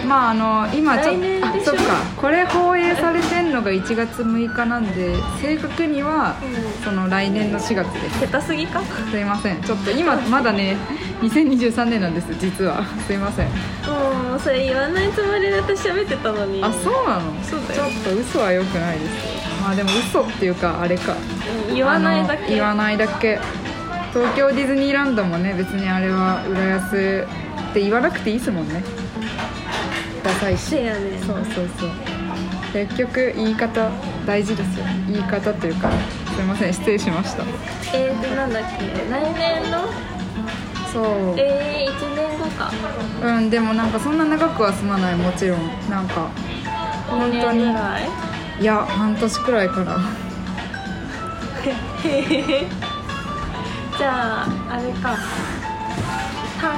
B: まああの今ちょ
A: 来
B: っ
A: 年
B: とあ
A: でしょ
B: そっかこれ放映されてんのが1月6日なんで正確には
A: うん
B: その来年の4月です
A: 下手すぎか
B: すいませんちょっと今まだね2023年なんです実はすいません
A: もうそれ言わないつもりで私喋ってたのに
B: あそうなの
A: そうだよ
B: ちょっと嘘は良くないですよまあでも嘘っていうかあれか
A: うん言わないだ
B: あ
A: け
B: の言わ
A: い
B: ないだけ東京ディズニーランドもね別にあれは浦安って言わなくていいですもんねダサいし
A: せやね
B: そうそうそう結局言い方大事ですよ言い方というかすいません失礼しました
A: えーとなんだっけ来年の
B: そう
A: えー、1年後か
B: うんでもなんかそんな長くは済まないもちろんなんか
A: 2
B: 本当
A: 年
B: に
A: ぐらい [LAUGHS]
B: いや半年くらいかな
A: へへへじゃああれか短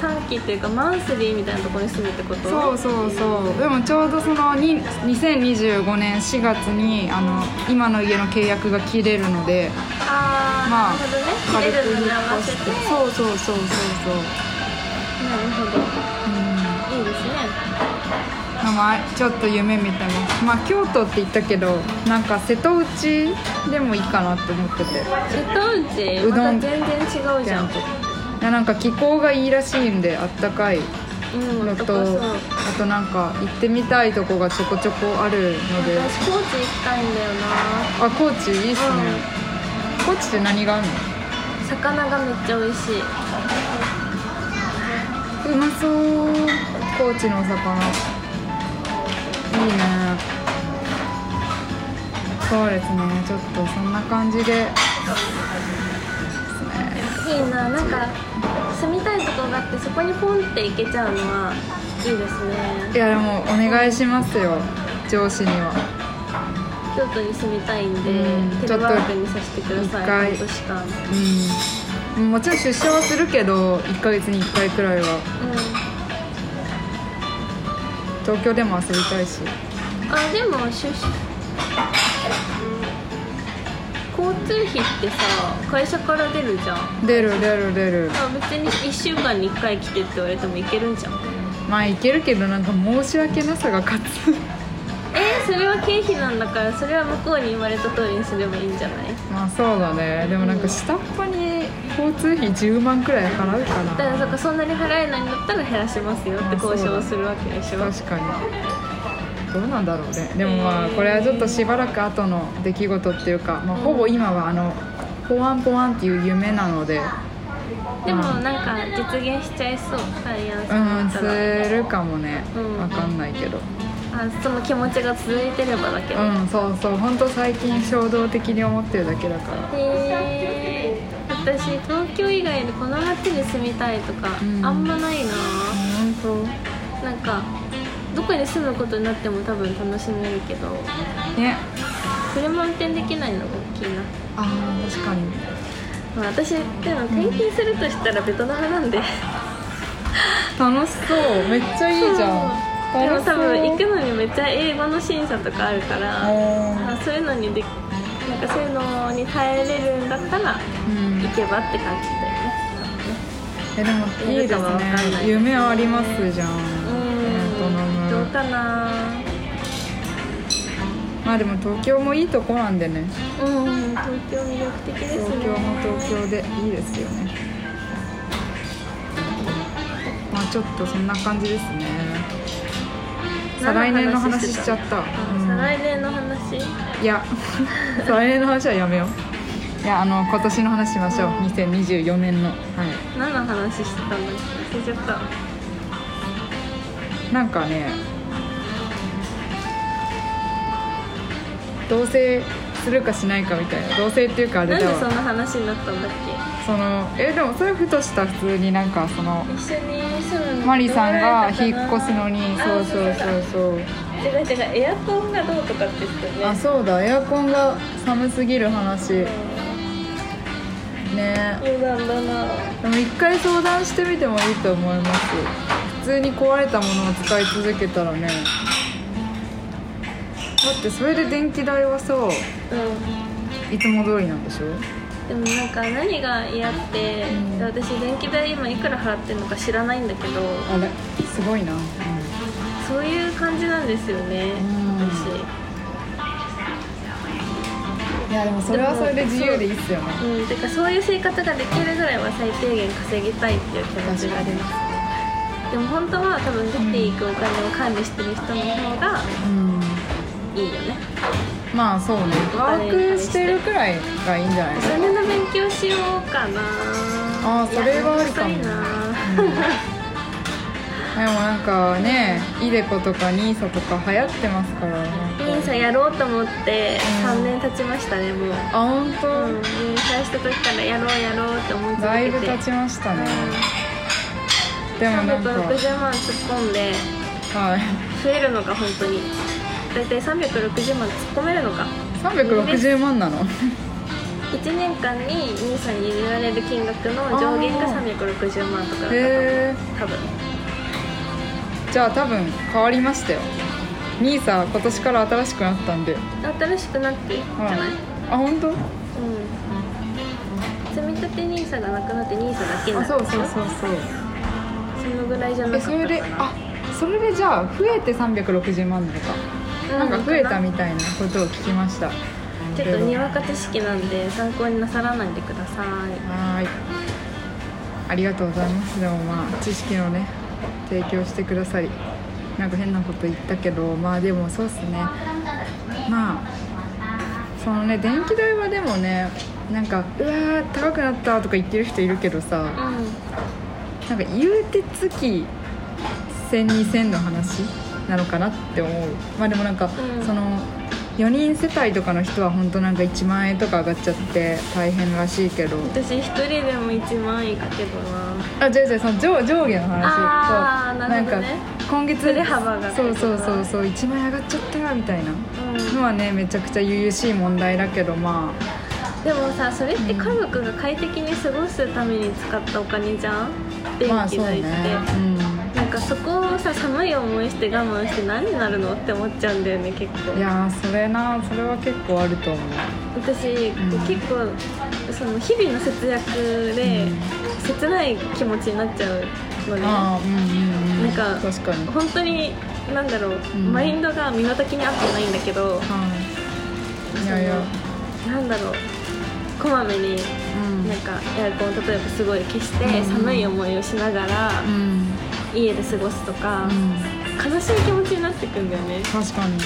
A: 短期っていうかマンスリーみたいなところに住むってこと
B: そうそうそうでもちょうどそのに2025年4月にあの今の家の契約が切れるので
A: ああ、
B: まあ
A: なるほど
B: 軽
A: ね
B: く
A: 切れ
B: 引
A: るのに合
B: っ
A: わ
B: 越
A: せ
B: して
A: なる
B: そうそうそうそうそう
A: ほど
B: うん
A: いいですね
B: まあちょっと夢見てますまあ京都って言ったけどなんか瀬戸内でもいいかなって思ってて
A: 瀬戸内
B: う
A: ま
B: どん
A: た全然違うじゃん
B: ちいやなんか気候がいいらしいんであったかい
A: うん
B: の
A: と
B: と
A: かそう
B: あとなんか行ってみたいとこがちょこちょこあるので
A: 私高知行きたいんだよな
B: あ高知いいっすね、高知って何があるの
A: 魚がめっちゃ美味しいう
B: まそう高知のお魚いいねそうですねちょっとそんな感じで
A: いいななんか住みたいとこがあってそこにポンって行けちゃうのはいいですね
B: いやでもお願いしますよ上司には
A: 京都に住みたいんで、
B: うん
A: テレワークにさせてください半
B: ちょっと
A: 年間うん
B: うんもちろん出社はするけど1ヶ月に1回くらいは東京でも遊びたいし
A: あでも出社交通費ってさ会社から出るじゃん
B: 出る出る出る
A: あ別に1週間に1回来てって言われてもいけるんじゃん
B: まあいけるけどなんか申し訳なさが勝つ
A: えーそれは経費なんだからそれは向こうに言われた通りにすればいいんじゃない
B: まあそうだねでもなんか下っ端に交通費10万くらい払うか
A: だから
B: な
A: そっかそんなに払えないんだったら減らしますよって交渉をするわけでしょ
B: 確かにどうなんだろうねでもまあこれはちょっとしばらく後の出来事っていうか、まあ、ほぼ今はあのポワンポワンっていう夢なので
A: でもなんか実現しちゃいそうサイアンス
B: う
A: だ
B: ん
A: ったら
B: するかもね
A: うん
B: わかんないけど
A: あその気持ちが続いてればだけど、へ
B: うんそうそう本当最近衝動的に思ってるだけだから
A: え私東京以外でこの街に住みたいとか、
B: うん
A: あんまないな
B: 本
A: なんかどこに住むことになっても多分楽しめるけど
B: 当ね
A: 車運転できないのが大きいな、
B: あー確かに
A: まあ、私でも転勤するとしたらベトナムなんで
B: 楽しそうめっちゃいいじ
A: そう
B: ゃ
A: で
B: ん
A: も
B: 楽しそ
A: 多
B: う
A: 分行くのにめっちゃ英語の審査とかあるから
B: お
A: あそういうのにでなんかそういうのに耐えれるんだったら
B: ーうん
A: 行けばって感じだよね
B: えでもいいで
A: やるかはわかんない
B: すね夢ありますじゃんベトナ
A: うんどう
B: ム
A: かな
B: まあでも東京もいいとこなんでね
A: うん東京魅力的ですね
B: 東京も東京でいいですよねまあちょっとそんな感じですね再来年の話しちゃった
A: あ
B: うん
A: 再来年の話
B: いや [LAUGHS] 来年の話はやめよういやあの今年の話しましょう2024年のはい
A: 何の話してたんだっけ忘れちゃった
B: なんかね同棲するかしないかみたいな同棲っていうかあ
A: な
B: れ
A: んで
B: だ
A: そん
B: わ
A: な話になったんだっけ
B: そのえでもそれふとした普通になんかその
A: 一緒に住むの
B: マリさんが
A: どう
B: 引
A: な
B: っ
A: るかな
B: 越すのにそうそうそうそう
A: 違う違うエアコンがどうとかって言ってたよ
B: あ
A: ね
B: そうだエアコンが寒すぎる話ね
A: 余談だな
B: でも一回相談してみてもいいと思います普通に壊れたものを使い続けたらねだってそれで電気代はそう
A: う
B: いつも通りなんでしょ
A: んでもなんか何が嫌って、
B: うん
A: 私電気代今いくら払ってるのか知らないんだけど
B: あれすごいな、
A: そういう感じなんですよね、
B: うん
A: 私
B: いやでもそれはそれで自由でいいっすよね
A: うんてかそういう生活ができるぐらいは最低限稼ぎたいっていう気持ちがありますでも本当は多分出ていくお金を管理してる人の方が
B: うん
A: いいよね
B: まあそうねワークしてるくらいがいいんじゃない
A: お
B: ですか
A: 金の勉強しようかな
B: あーそれはありかも
A: いやめんどくさいな
B: でもなんかねイデコとかニーサとか流行ってますからなんか
A: ミンサやろうと思って
B: うん
A: 3年経ちましたねもう、
B: あ本当、
A: うん、入社した時からやろうやろうって思い続けて
B: だいぶ経ちましたね、でもなんか
A: 360万突っ込んで
B: はい
A: 増えるのか本当に大体360万突っ込めるのか
B: 360万なの
A: 1年間に兄さんに入れられる金額の上限が
B: あ
A: 360万とかだったと思う、
B: へ
A: 多分
B: えじゃあ多分変わりましたよ兄さん今年から新しくなったんで、はい、
A: 新しくなってじゃない、
B: あ本当
A: うん積み立て NISA がなくなって NISA だけにな
B: あ
A: った
B: そう
A: でし
B: そう
A: ょ
B: そうそう
A: そのぐらいじゃな
B: え
A: か
B: そ
A: った
B: れで
A: かな
B: あそれでじゃあ増えて360万なのか、なんか増えたみたいなことを聞きました
A: ちょっとにわか知識なんで参考になさらないでください
B: はーいありがとうございますでもまあ知識のね提供してくださりなんか変なこと言ったけどまあでもそうっすねまあそのね電気代はでもねなんかうわー高くなったとか言ってる人いるけどさ
A: う
B: なんか言うて月10002000の話なのかなって思うまあでもなんか、
A: うん
B: その4人世帯とかの人は本当なんか1万円とか上がっちゃって大変らしいけど
A: ん私一人でも1万いくけどな
B: あ、違う違う、その上上下の話。
A: あー
B: そう
A: なるほどね
B: か今月
A: 振れ幅が
B: そうそうそうそう一枚上がっちゃったみたいな。
A: うん
B: のはねめちゃくちゃ悠々しい問題だけどま
A: でもさそれって家族が快適に過ごすために使ったお金じゃん
B: あ
A: 電
B: まあ
A: 気
B: そう
A: 代
B: ね
A: って、。
B: うん。
A: なんなんかそこをさ寒い思いして我慢して何になるのって思っちゃうんだよね結構
B: いやーそれなそれは結構あると思う
A: 私、
B: ん
A: 結構その日々の節約で、
B: うん
A: 切ない気持ちになっちゃうのね
B: ああうんうんうん
A: なんか
B: 確かには
A: 本当になんだろう、
B: ん
A: マインドが身の丈に合ってないんだけど
B: いいやいや
A: そのなんだろうこまめに
B: うん
A: なんかエアコン例えばすごい消して、
B: うん
A: 寒い思いをしながら
B: うん
A: 家で過ごすとか
B: う、ん
A: 悲しい気持ちになってくんだよね
B: 確かに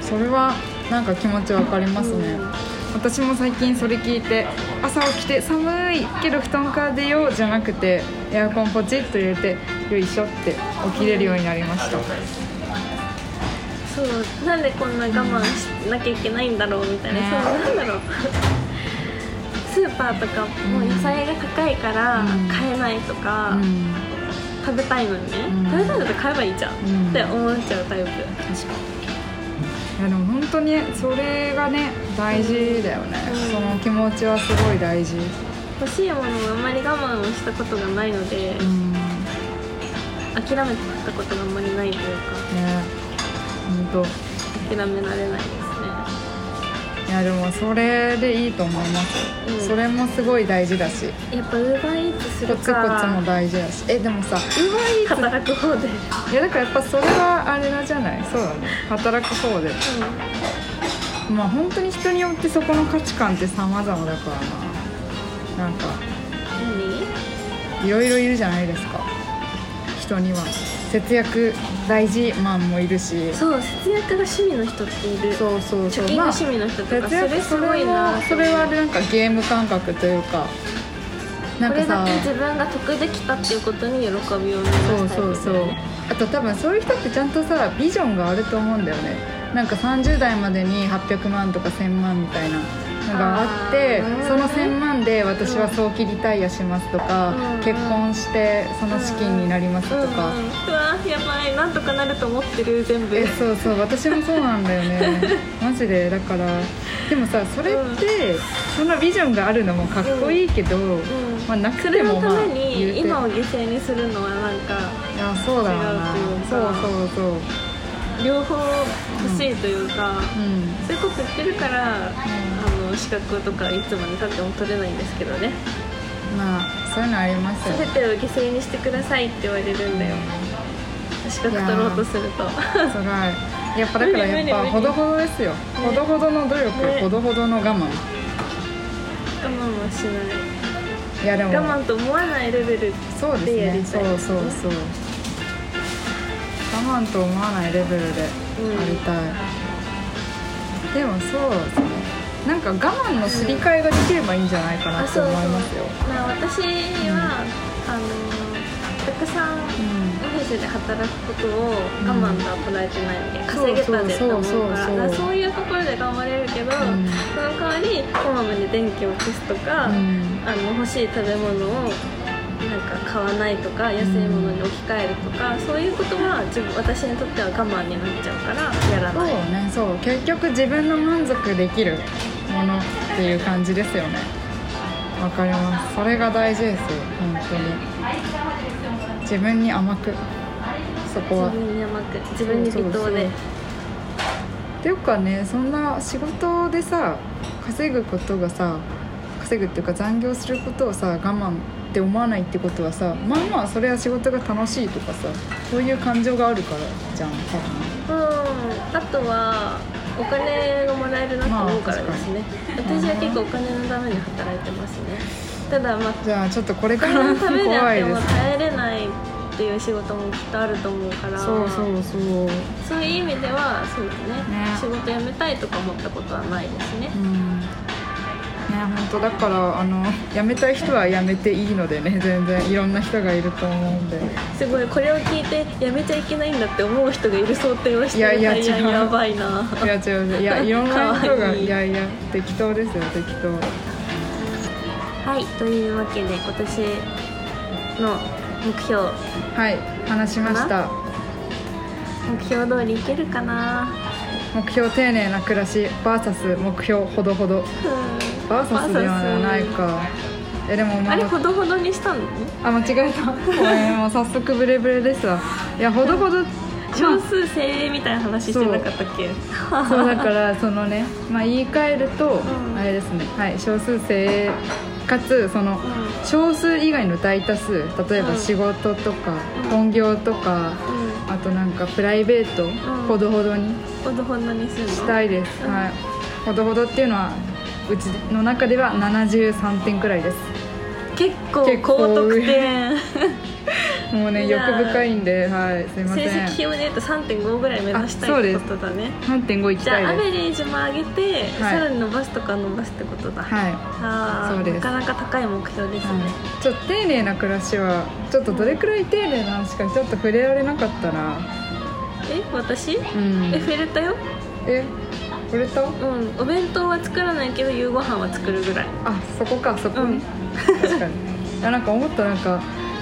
B: それはなんか気持ちわかりますね、
A: うん
B: 私も最近それ聞いて朝起きて寒いけど布団から出ようじゃなくてエアコンポチッと入れてよいしょって起きれるようになりました、
A: そうなんでこんな我慢しなきゃいけないんだろうみたいな、
B: ね
A: そうなんだろうスーパーとかもう野菜が高いから
B: うん
A: 買えないとか、
B: うん
A: 食べたいのにね、
B: うん
A: 食べたいんだったら買えばいいじゃん、
B: うん
A: って思っちゃうタイプ
B: 確かにいやでも本当にそれがね大事だよね、
A: うん
B: その気持ちはすごい大事
A: 欲しいものをあんまり我慢をしたことがないので、
B: うんね
A: 諦めたことがあんまりないというか
B: 本
A: 諦められないですね
B: 当いやでもそれでいいと思います、
A: うん
B: それもすごい大事だし
A: やっぱウーバーイーツす
B: コ
A: る
B: ツコツも
A: か
B: 大事だしえでもさ
A: 働く方で、うん、
B: いやだからやっぱそれはあれなんじゃないそうだね働く方でまあ本当に人によってそこの価値観って様々だからななんか
A: 何
B: いろいろいるじゃないですか人には節約大事マンもいるしそ
A: そう節約が趣味の人っている
B: うそうそう
A: 貯金が
B: まあ
A: 趣味の人とか
B: 節
A: それ
B: 約
A: す
B: そ
A: ご
B: れ
A: いな
B: もそれはなんかゲーム感覚というかなん
A: こ
B: か
A: れだ
B: さ
A: け自分が得できたっていうことに喜びを見出した
B: そう
A: い
B: そうそうあと多分そういう人ってちゃんとさビジョンがあると思うんだよねなんか30代までに800万とか1000万みたいなのがあって
A: あー
B: その1000万で私は早期リタイアしますとか、
A: うん
B: 結婚してその資金になりますと
A: うんうん
B: か、
A: うわやばいなんとかなると思ってる全部
B: えそうそう私もそうなんだよね
A: [LAUGHS]
B: マジでだからでもさそれって、そんなビジョンがあるのもかっこいいけど、
A: うん
B: まあ、なく
A: そ
B: て
A: れ
B: も
A: のた
B: まあ
A: め
B: 言う
A: に
B: て
A: 今を犠牲にするのはなんか
B: いやそうだろうな
A: 違うと
B: そ
A: いううか
B: そうそう
A: 両方欲しいというか、
B: うん
A: そういうこと言ってるから、あの資格とかいつまでたっても取れないんですけどね
B: まあそういうのありますよ
A: 全てを犠牲にしてくださいって言われるんだよ資格取ろうとすると
B: それはやっぱだからやっ
A: 無理無理無
B: ぱ
A: 理
B: ほどほどですよ、ほどほどの努力、
A: ね
B: ほどほどの我慢
A: [LAUGHS] 我慢はしない
B: いやでも
A: 我慢と思わないレベル
B: そうです
A: でや
B: ね
A: りた
B: そ
A: いう
B: そうそう我慢と思わないレベルで
A: うん
B: ありたい、でもそうですねなんか我慢のすり替えができればいいんじゃないかな
A: あ
B: って
A: そう
B: 思
A: そ
B: いうますよ
A: まあ私は、あのたくさん
B: う
A: オ
B: ん
A: フィスで働くことを我慢とは捉えてないので、稼げたでって
B: そう
A: 思
B: そう
A: う
B: そう
A: から
B: そう
A: だからそういうところで頑張れるけど、
B: ん
A: その代わりこまめに電気を消すとか、
B: うん
A: あの欲しい食べ物をなんか買わないとか安いものに置き換えるとか、そういうことは自分私にとっては我慢になっちゃうからやら
B: そう
A: ない
B: ねそう結局自分の満足できるものっていう感じですよねわかりますそれが大事ですよ本当に自分に甘くそこは
A: 自分に甘く自分に微
B: そうそ
A: 糖
B: うそう
A: で
B: っていうかねそんな仕事でさ稼ぐことがさ稼ぐっていうか残業することをさ我慢って思わないってことはさまあまあそれは仕事が楽しいとかさそういう感情があるからじゃん多分
A: うん、あとはお金がもらえるなと思うからですね、私は結構お金のために働いてますねただ
B: [LAUGHS]
A: まあ
B: じゃあちょっとこれ
A: お
B: から
A: 金のためであ
B: 怖
A: っ
B: い
A: て
B: で
A: も
B: す
A: 耐えれないっていう仕事もきっとあると思うから
B: そうそうそう
A: そういう意味ではそうですね
B: ね
A: 仕事辞めたいとか思ったことはないですね
B: うんね本当だからあの辞めたい人は辞めていいのでね全然いろんな人がいると思うんです
A: ごいこれを聞いて辞めちゃいけないんだって思う人がいる想定をして
B: い
A: い
B: や
A: や
B: い
A: い
B: や
A: や
B: 違う
A: やばいない
B: [LAUGHS] や違う違う
A: [LAUGHS]
B: いやいろんな人
A: か
B: が
A: わ
B: い
A: いい
B: やいや適当ですよ適当
A: はいというわけで今年の目標
B: はい話しました
A: 目標通りいけるかな
B: 目標丁寧な暮らし VS 目標ほどほ
A: う
B: ど
A: ん
B: VS ではないかえでもま
A: あ
B: あ
A: れほどほどにしたの
B: あ間違えたごめんもう早速ブレブレですわいやほどほど
A: 少数精鋭みたいな話してなかったっけ
B: そうだからそのね、まあ、言い換えると、
A: うん
B: あれですね、はい、少数生かつそ
A: う
B: の
A: ん
B: 少数以外の大多数例え
A: う
B: ば
A: ん
B: 仕事とか
A: うん
B: 本業とか
A: うん
B: あとなんかプライベート
A: ん
B: ほどほどに
A: ほどほどにするの
B: したいです、
A: うん
B: はい、ほどほどっていうのはうちの中では73点くらいです
A: 結構
B: 結構
A: 高得点
B: もうね
A: いや
B: 欲
A: ー
B: 深いんではいすいま
A: [LAUGHS]
B: せ
A: 成
B: ん
A: 績表で言うと3.5ぐらい目指した
B: あそう
A: いっ
B: で
A: て
B: す
A: ことだね
B: 3.5いき
A: じゃ
B: た
A: あア
B: いで
A: ベレージも上げて、
B: はい
A: さらに伸ばすとか伸ばすってことだ、
B: すはい
A: あー
B: そうです
A: なかなか高い目標ですね、
B: ちょっと丁寧な暮らしはちょっとどれくらい丁寧な話かちょっと触れられなかったな
A: え私、
B: うん
A: え触れたよ
B: えこれと
A: うんお弁当は作らないけど夕ご飯は作るぐらい
B: あそこかそこ
A: うん
B: ね、確かにいやなんか思ったなんか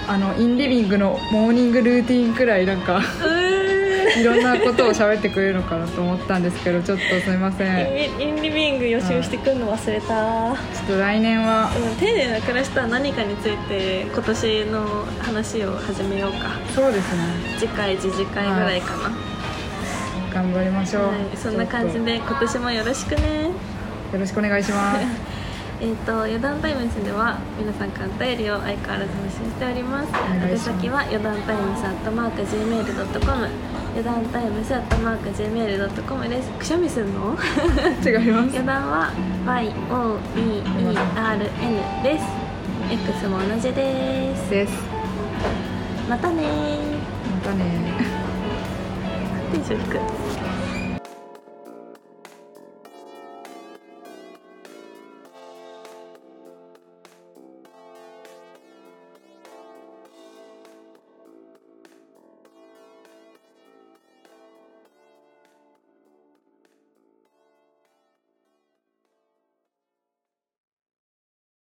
B: あのインリビングのモーニングルーティンくらいなん
A: [LAUGHS] う
B: か
A: ーん
B: いろんなことを喋ってくれるのかなと思ったんですけどちょっとすいません
A: インリインリビング予習してくるの忘れた、
B: ちょっと来年は
A: うん、丁寧な暮らしとは何かについて今年の話を始めようか
B: そうですね
A: 次回次次回ぐらいかな、
B: 頑張りましょう、
A: はい、そんな感じ
B: ちょっ
A: で今年もよろしくね
B: とよろしくお願いします
A: [LAUGHS] えっ、と余談タイムズでは皆さんからお便りを相変わらず募集しております
B: 願いします
A: 宛先は余談タイムズアットマーク Gmail.com 余談タイムズアットマーク Gmail.com ですくしゃみすんの
B: 違います
A: 余談は YOBERN です X も同じです
B: です
A: またねー
B: またね
A: テンション低い